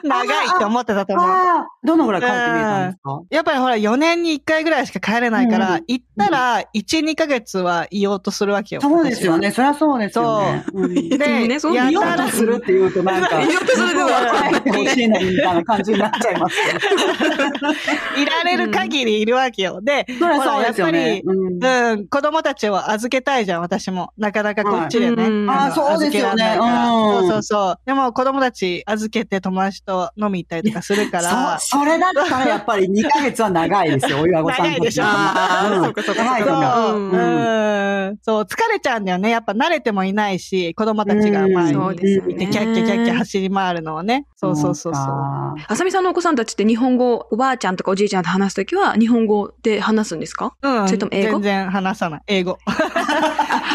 [SPEAKER 1] 長いって思ってたと思う。
[SPEAKER 3] ああ、どのぐらい帰ってみえたんですか
[SPEAKER 1] やっぱりほら、4年に1回ぐらいしか帰れないから、
[SPEAKER 3] う
[SPEAKER 1] 行ったら、1、2ヶ月はいようとするわけよ。
[SPEAKER 3] そうですよね。そりゃそうですよね。うん
[SPEAKER 1] 私は。
[SPEAKER 4] でも
[SPEAKER 1] で、
[SPEAKER 4] ねそう
[SPEAKER 1] や
[SPEAKER 4] だ
[SPEAKER 3] 言
[SPEAKER 4] よ
[SPEAKER 3] お
[SPEAKER 1] た
[SPEAKER 3] うと
[SPEAKER 1] ら、
[SPEAKER 3] するって言うとなんか、
[SPEAKER 4] 言おうとすると
[SPEAKER 3] 帰ってほしいのにみたいな感じになっちゃいますけど。
[SPEAKER 1] いられる限りいるわけよ。で、
[SPEAKER 3] そりゃそうですよね。うん
[SPEAKER 1] うん、子供たちを預けたいじゃん、私も。なかなかこっちでね。
[SPEAKER 4] はいうん
[SPEAKER 1] の
[SPEAKER 3] あそうです
[SPEAKER 1] 預け
[SPEAKER 3] よね
[SPEAKER 1] られないから
[SPEAKER 3] うん
[SPEAKER 1] そうそうそう。でも子供たち預けて友達と飲み行ったりとかするから。
[SPEAKER 3] そう、それだったらやっぱり2ヶ月は長いですよ、親御さん
[SPEAKER 1] 長いでしょ
[SPEAKER 4] あ
[SPEAKER 3] う
[SPEAKER 4] ー
[SPEAKER 3] ん
[SPEAKER 4] そっかそっか
[SPEAKER 3] 長いと思う
[SPEAKER 1] そう、
[SPEAKER 4] うん
[SPEAKER 1] うんそう、疲れちゃうんだよね。やっぱ慣れてもいないし、子供たちが前
[SPEAKER 4] そ
[SPEAKER 1] に
[SPEAKER 4] うです
[SPEAKER 1] いて、
[SPEAKER 4] ね。
[SPEAKER 1] キャッキャキャッキャ走り回るのをね。そうそうそうそう。
[SPEAKER 3] か
[SPEAKER 4] あさみさんのお子さんたちって日本語、おばあちゃんとかおじいちゃんと話すときは日本語で話すんですか
[SPEAKER 1] うん
[SPEAKER 4] それとも英語
[SPEAKER 1] 全然話さない。英 語。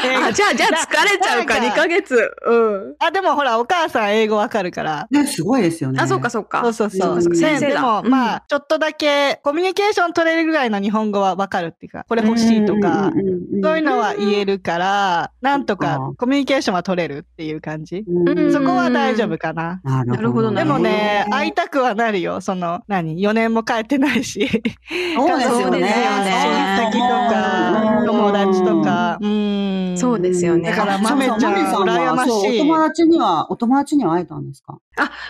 [SPEAKER 1] 英語
[SPEAKER 4] あ、じゃあ、じゃあ疲れちゃうか、
[SPEAKER 1] なん
[SPEAKER 4] 2
[SPEAKER 1] か
[SPEAKER 4] ヶ月。うん。
[SPEAKER 1] あ、でもほら、お母さん英語わかるから。
[SPEAKER 3] ね、すごいですよね。
[SPEAKER 4] あ、そうか、そうか。
[SPEAKER 1] そうそう
[SPEAKER 4] そ
[SPEAKER 1] そうう。
[SPEAKER 4] かそうか先生
[SPEAKER 1] で
[SPEAKER 4] だ。
[SPEAKER 1] も、
[SPEAKER 4] うん
[SPEAKER 1] まあ、ちょっとだけ、コミュニケーション取れるぐらいの日本語はわかるっていうか、これ欲しいとか
[SPEAKER 3] うん、うんうんうん、
[SPEAKER 1] そういうのは言えるから、なんと
[SPEAKER 3] う
[SPEAKER 1] か
[SPEAKER 3] ん
[SPEAKER 1] コミュニケーションは取れるっていう感じ。
[SPEAKER 4] うん
[SPEAKER 1] そこは大丈夫かな。
[SPEAKER 3] な
[SPEAKER 4] なるほどな
[SPEAKER 1] で
[SPEAKER 4] るほ
[SPEAKER 1] も
[SPEAKER 4] ど
[SPEAKER 1] ね、会いたくはなるよ。その、何 ?4 年も帰ってないし。
[SPEAKER 3] そうですよね。
[SPEAKER 4] そうですよね
[SPEAKER 1] 親戚とか、友達とか。うん。
[SPEAKER 4] そうですよね
[SPEAKER 1] だから
[SPEAKER 4] あ
[SPEAKER 1] 豆ちゃん
[SPEAKER 3] そうそう豆
[SPEAKER 1] 羨ましい
[SPEAKER 3] そうお友達には、お友達には会えたんですか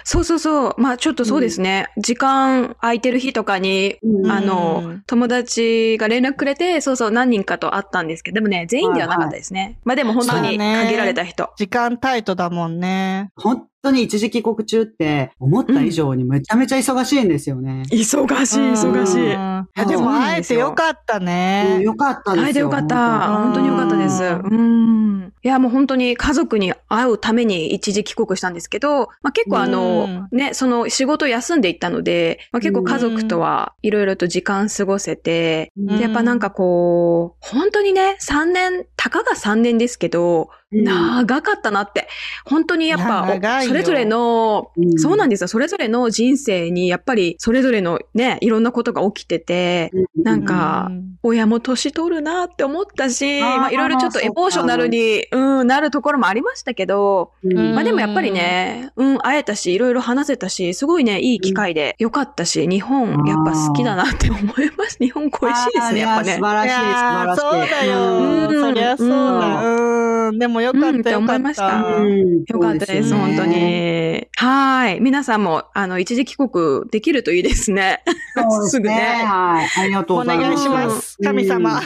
[SPEAKER 4] そうそうそう。まあちょっとそうですね。時間空いてる日とかに、
[SPEAKER 3] うん
[SPEAKER 4] あの、
[SPEAKER 1] うん
[SPEAKER 4] 友達が連絡くれて、そうそう何人かと会ったんですけど、でもね、全員ではなかったですね。まあでも本当に
[SPEAKER 1] まあね
[SPEAKER 4] 限られた人。
[SPEAKER 1] 時間タイトだもんね。
[SPEAKER 3] 本当に一時帰国中って、思った以上にめちゃめちゃ忙しいんですよね。
[SPEAKER 4] 忙しい、忙しい。
[SPEAKER 1] いやで
[SPEAKER 3] そう
[SPEAKER 1] も
[SPEAKER 4] なん
[SPEAKER 1] 会
[SPEAKER 4] で
[SPEAKER 1] え
[SPEAKER 4] す
[SPEAKER 1] て
[SPEAKER 4] よ
[SPEAKER 1] よかった
[SPEAKER 3] うん
[SPEAKER 1] ね。
[SPEAKER 3] よかったですよ。
[SPEAKER 4] 会えてよかった。本
[SPEAKER 1] 本
[SPEAKER 4] 当
[SPEAKER 1] 当
[SPEAKER 4] に
[SPEAKER 1] に
[SPEAKER 4] よかったです。うん。いや、もう本当に家族に会うために一時帰国したんですけど、まあ結構あの、ね、その仕事休んでいったので、まあ結構家族とはいろいろと時間過ごせて、
[SPEAKER 1] うん
[SPEAKER 4] でやっぱなんかこう、本当にね、3年、たかが3年ですけど、
[SPEAKER 3] うん
[SPEAKER 4] 長かったなって、本当にやっ
[SPEAKER 1] いや長
[SPEAKER 4] ぱ、
[SPEAKER 1] いよ
[SPEAKER 4] それぞれの、
[SPEAKER 3] うん
[SPEAKER 4] そうなんですよ、それぞれの人生に、やっぱりそれぞれのね、いろんなことが起きてて、なんか
[SPEAKER 1] う
[SPEAKER 4] 親も年取るなって思ったし、
[SPEAKER 3] あー
[SPEAKER 4] まあいろいろちょっとエモーショナルに、うん、なるところもありましたけど、
[SPEAKER 3] うん
[SPEAKER 1] うん
[SPEAKER 4] まあでもやっぱりね、うん、会えたし、いろいろ話せたし、すごいね、いい機会で、よかったし、日本、やっぱ好きだなって思います。日本恋しいですね、やっぱ
[SPEAKER 3] あー
[SPEAKER 4] ね
[SPEAKER 3] い。や素晴らしい、素晴らしい。
[SPEAKER 1] そうだよ。
[SPEAKER 4] うん
[SPEAKER 1] そりゃそうだ。うん。でもよか
[SPEAKER 4] うんっ
[SPEAKER 1] ってたよ
[SPEAKER 4] 思
[SPEAKER 1] か
[SPEAKER 4] い
[SPEAKER 1] っ
[SPEAKER 4] ました
[SPEAKER 1] た。
[SPEAKER 4] う
[SPEAKER 3] うん
[SPEAKER 4] よかったです、
[SPEAKER 3] そうよね
[SPEAKER 4] 本当 に。はーい。皆さんも、あの、一時帰国できるといいです ね。
[SPEAKER 3] そうです
[SPEAKER 4] ぐね
[SPEAKER 3] はい。ありがとう
[SPEAKER 1] お
[SPEAKER 3] ござい
[SPEAKER 1] 願
[SPEAKER 3] ま
[SPEAKER 1] い
[SPEAKER 3] す。
[SPEAKER 1] します。神様。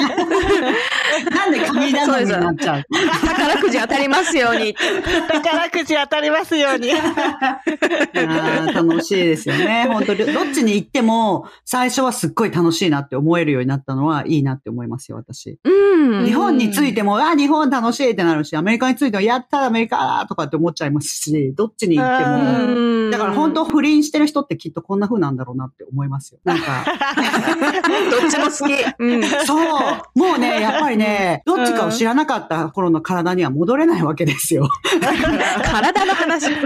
[SPEAKER 3] なんで神頼みになっちゃう
[SPEAKER 4] 宝くじ当たりますように。
[SPEAKER 1] 宝くじ当たりますよ うに。
[SPEAKER 3] いやー楽しいですよね。本当にどっちに行っても、最初はすっごい楽しいなって思えるようになったのはいいなって思いますよ、私。
[SPEAKER 4] うん。
[SPEAKER 3] 日本についても、あ、日本楽しいってなるし、アメリカについても、やったアメリカだとかって思っちゃいますし、どっちに行って
[SPEAKER 1] う
[SPEAKER 3] も。
[SPEAKER 4] うん
[SPEAKER 3] だから本当不倫してる人ってきっとこんな風なんだろうなって思いますよ。なんか、
[SPEAKER 4] どっちも好き。うん。
[SPEAKER 3] そう、もうね、やっぱりね、どっちかを知らなかった頃の体には戻れないわけですよ。
[SPEAKER 4] 体 の話。うん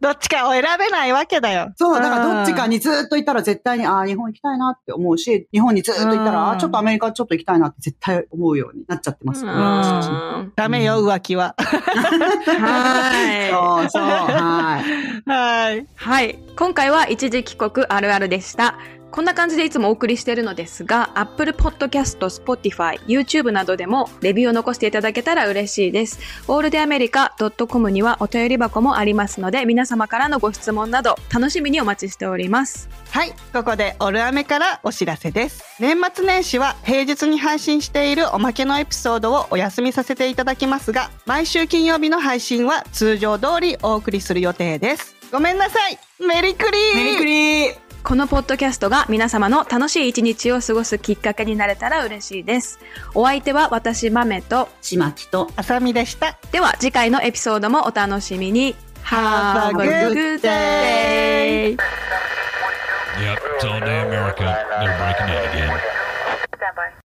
[SPEAKER 1] どっちかを選べないわけだよ。
[SPEAKER 3] そう、だからどっちかにずっといたら絶対に、ああ、日本行きたいなって思うし、日本にずっといた
[SPEAKER 1] うん
[SPEAKER 3] ら、ああー、ちょっとアメリカちょっと行きたいなって絶対思うようになっちゃってますよね。私たち
[SPEAKER 4] は
[SPEAKER 1] ダメよ、浮気は。
[SPEAKER 4] ーい。
[SPEAKER 3] そう、そう、はい。
[SPEAKER 1] はい。
[SPEAKER 4] はい。今回は一時帰国あるあるでした。こんな感じでいつもお送りしているのですが、Apple Podcast、Spotify、YouTube などでもレビューを残していただけたら嬉しいです。オールデアメリカ .com にはお便り箱もありますので、皆様からのご質問など楽しみにお待ちしております。
[SPEAKER 1] はい、ここでオルアメからお知らせです。年末年始は平日に配信しているおまけのエピソードをお休みさせていただきますが、毎週金曜日の配信は通常通りお送りする予定です。ごめんなさいメリクリー
[SPEAKER 3] メリクリー
[SPEAKER 4] このポッドキャストが皆様の楽しい一日を過ごすきっかけになれたら嬉しいです。お相手は私、マメと。
[SPEAKER 3] ちまきと。
[SPEAKER 1] あさみでした。
[SPEAKER 4] では次回のエピソードもお楽しみに。
[SPEAKER 1] Have a
[SPEAKER 3] good day.
[SPEAKER 5] Yep, it's all day America. They're breaking in again.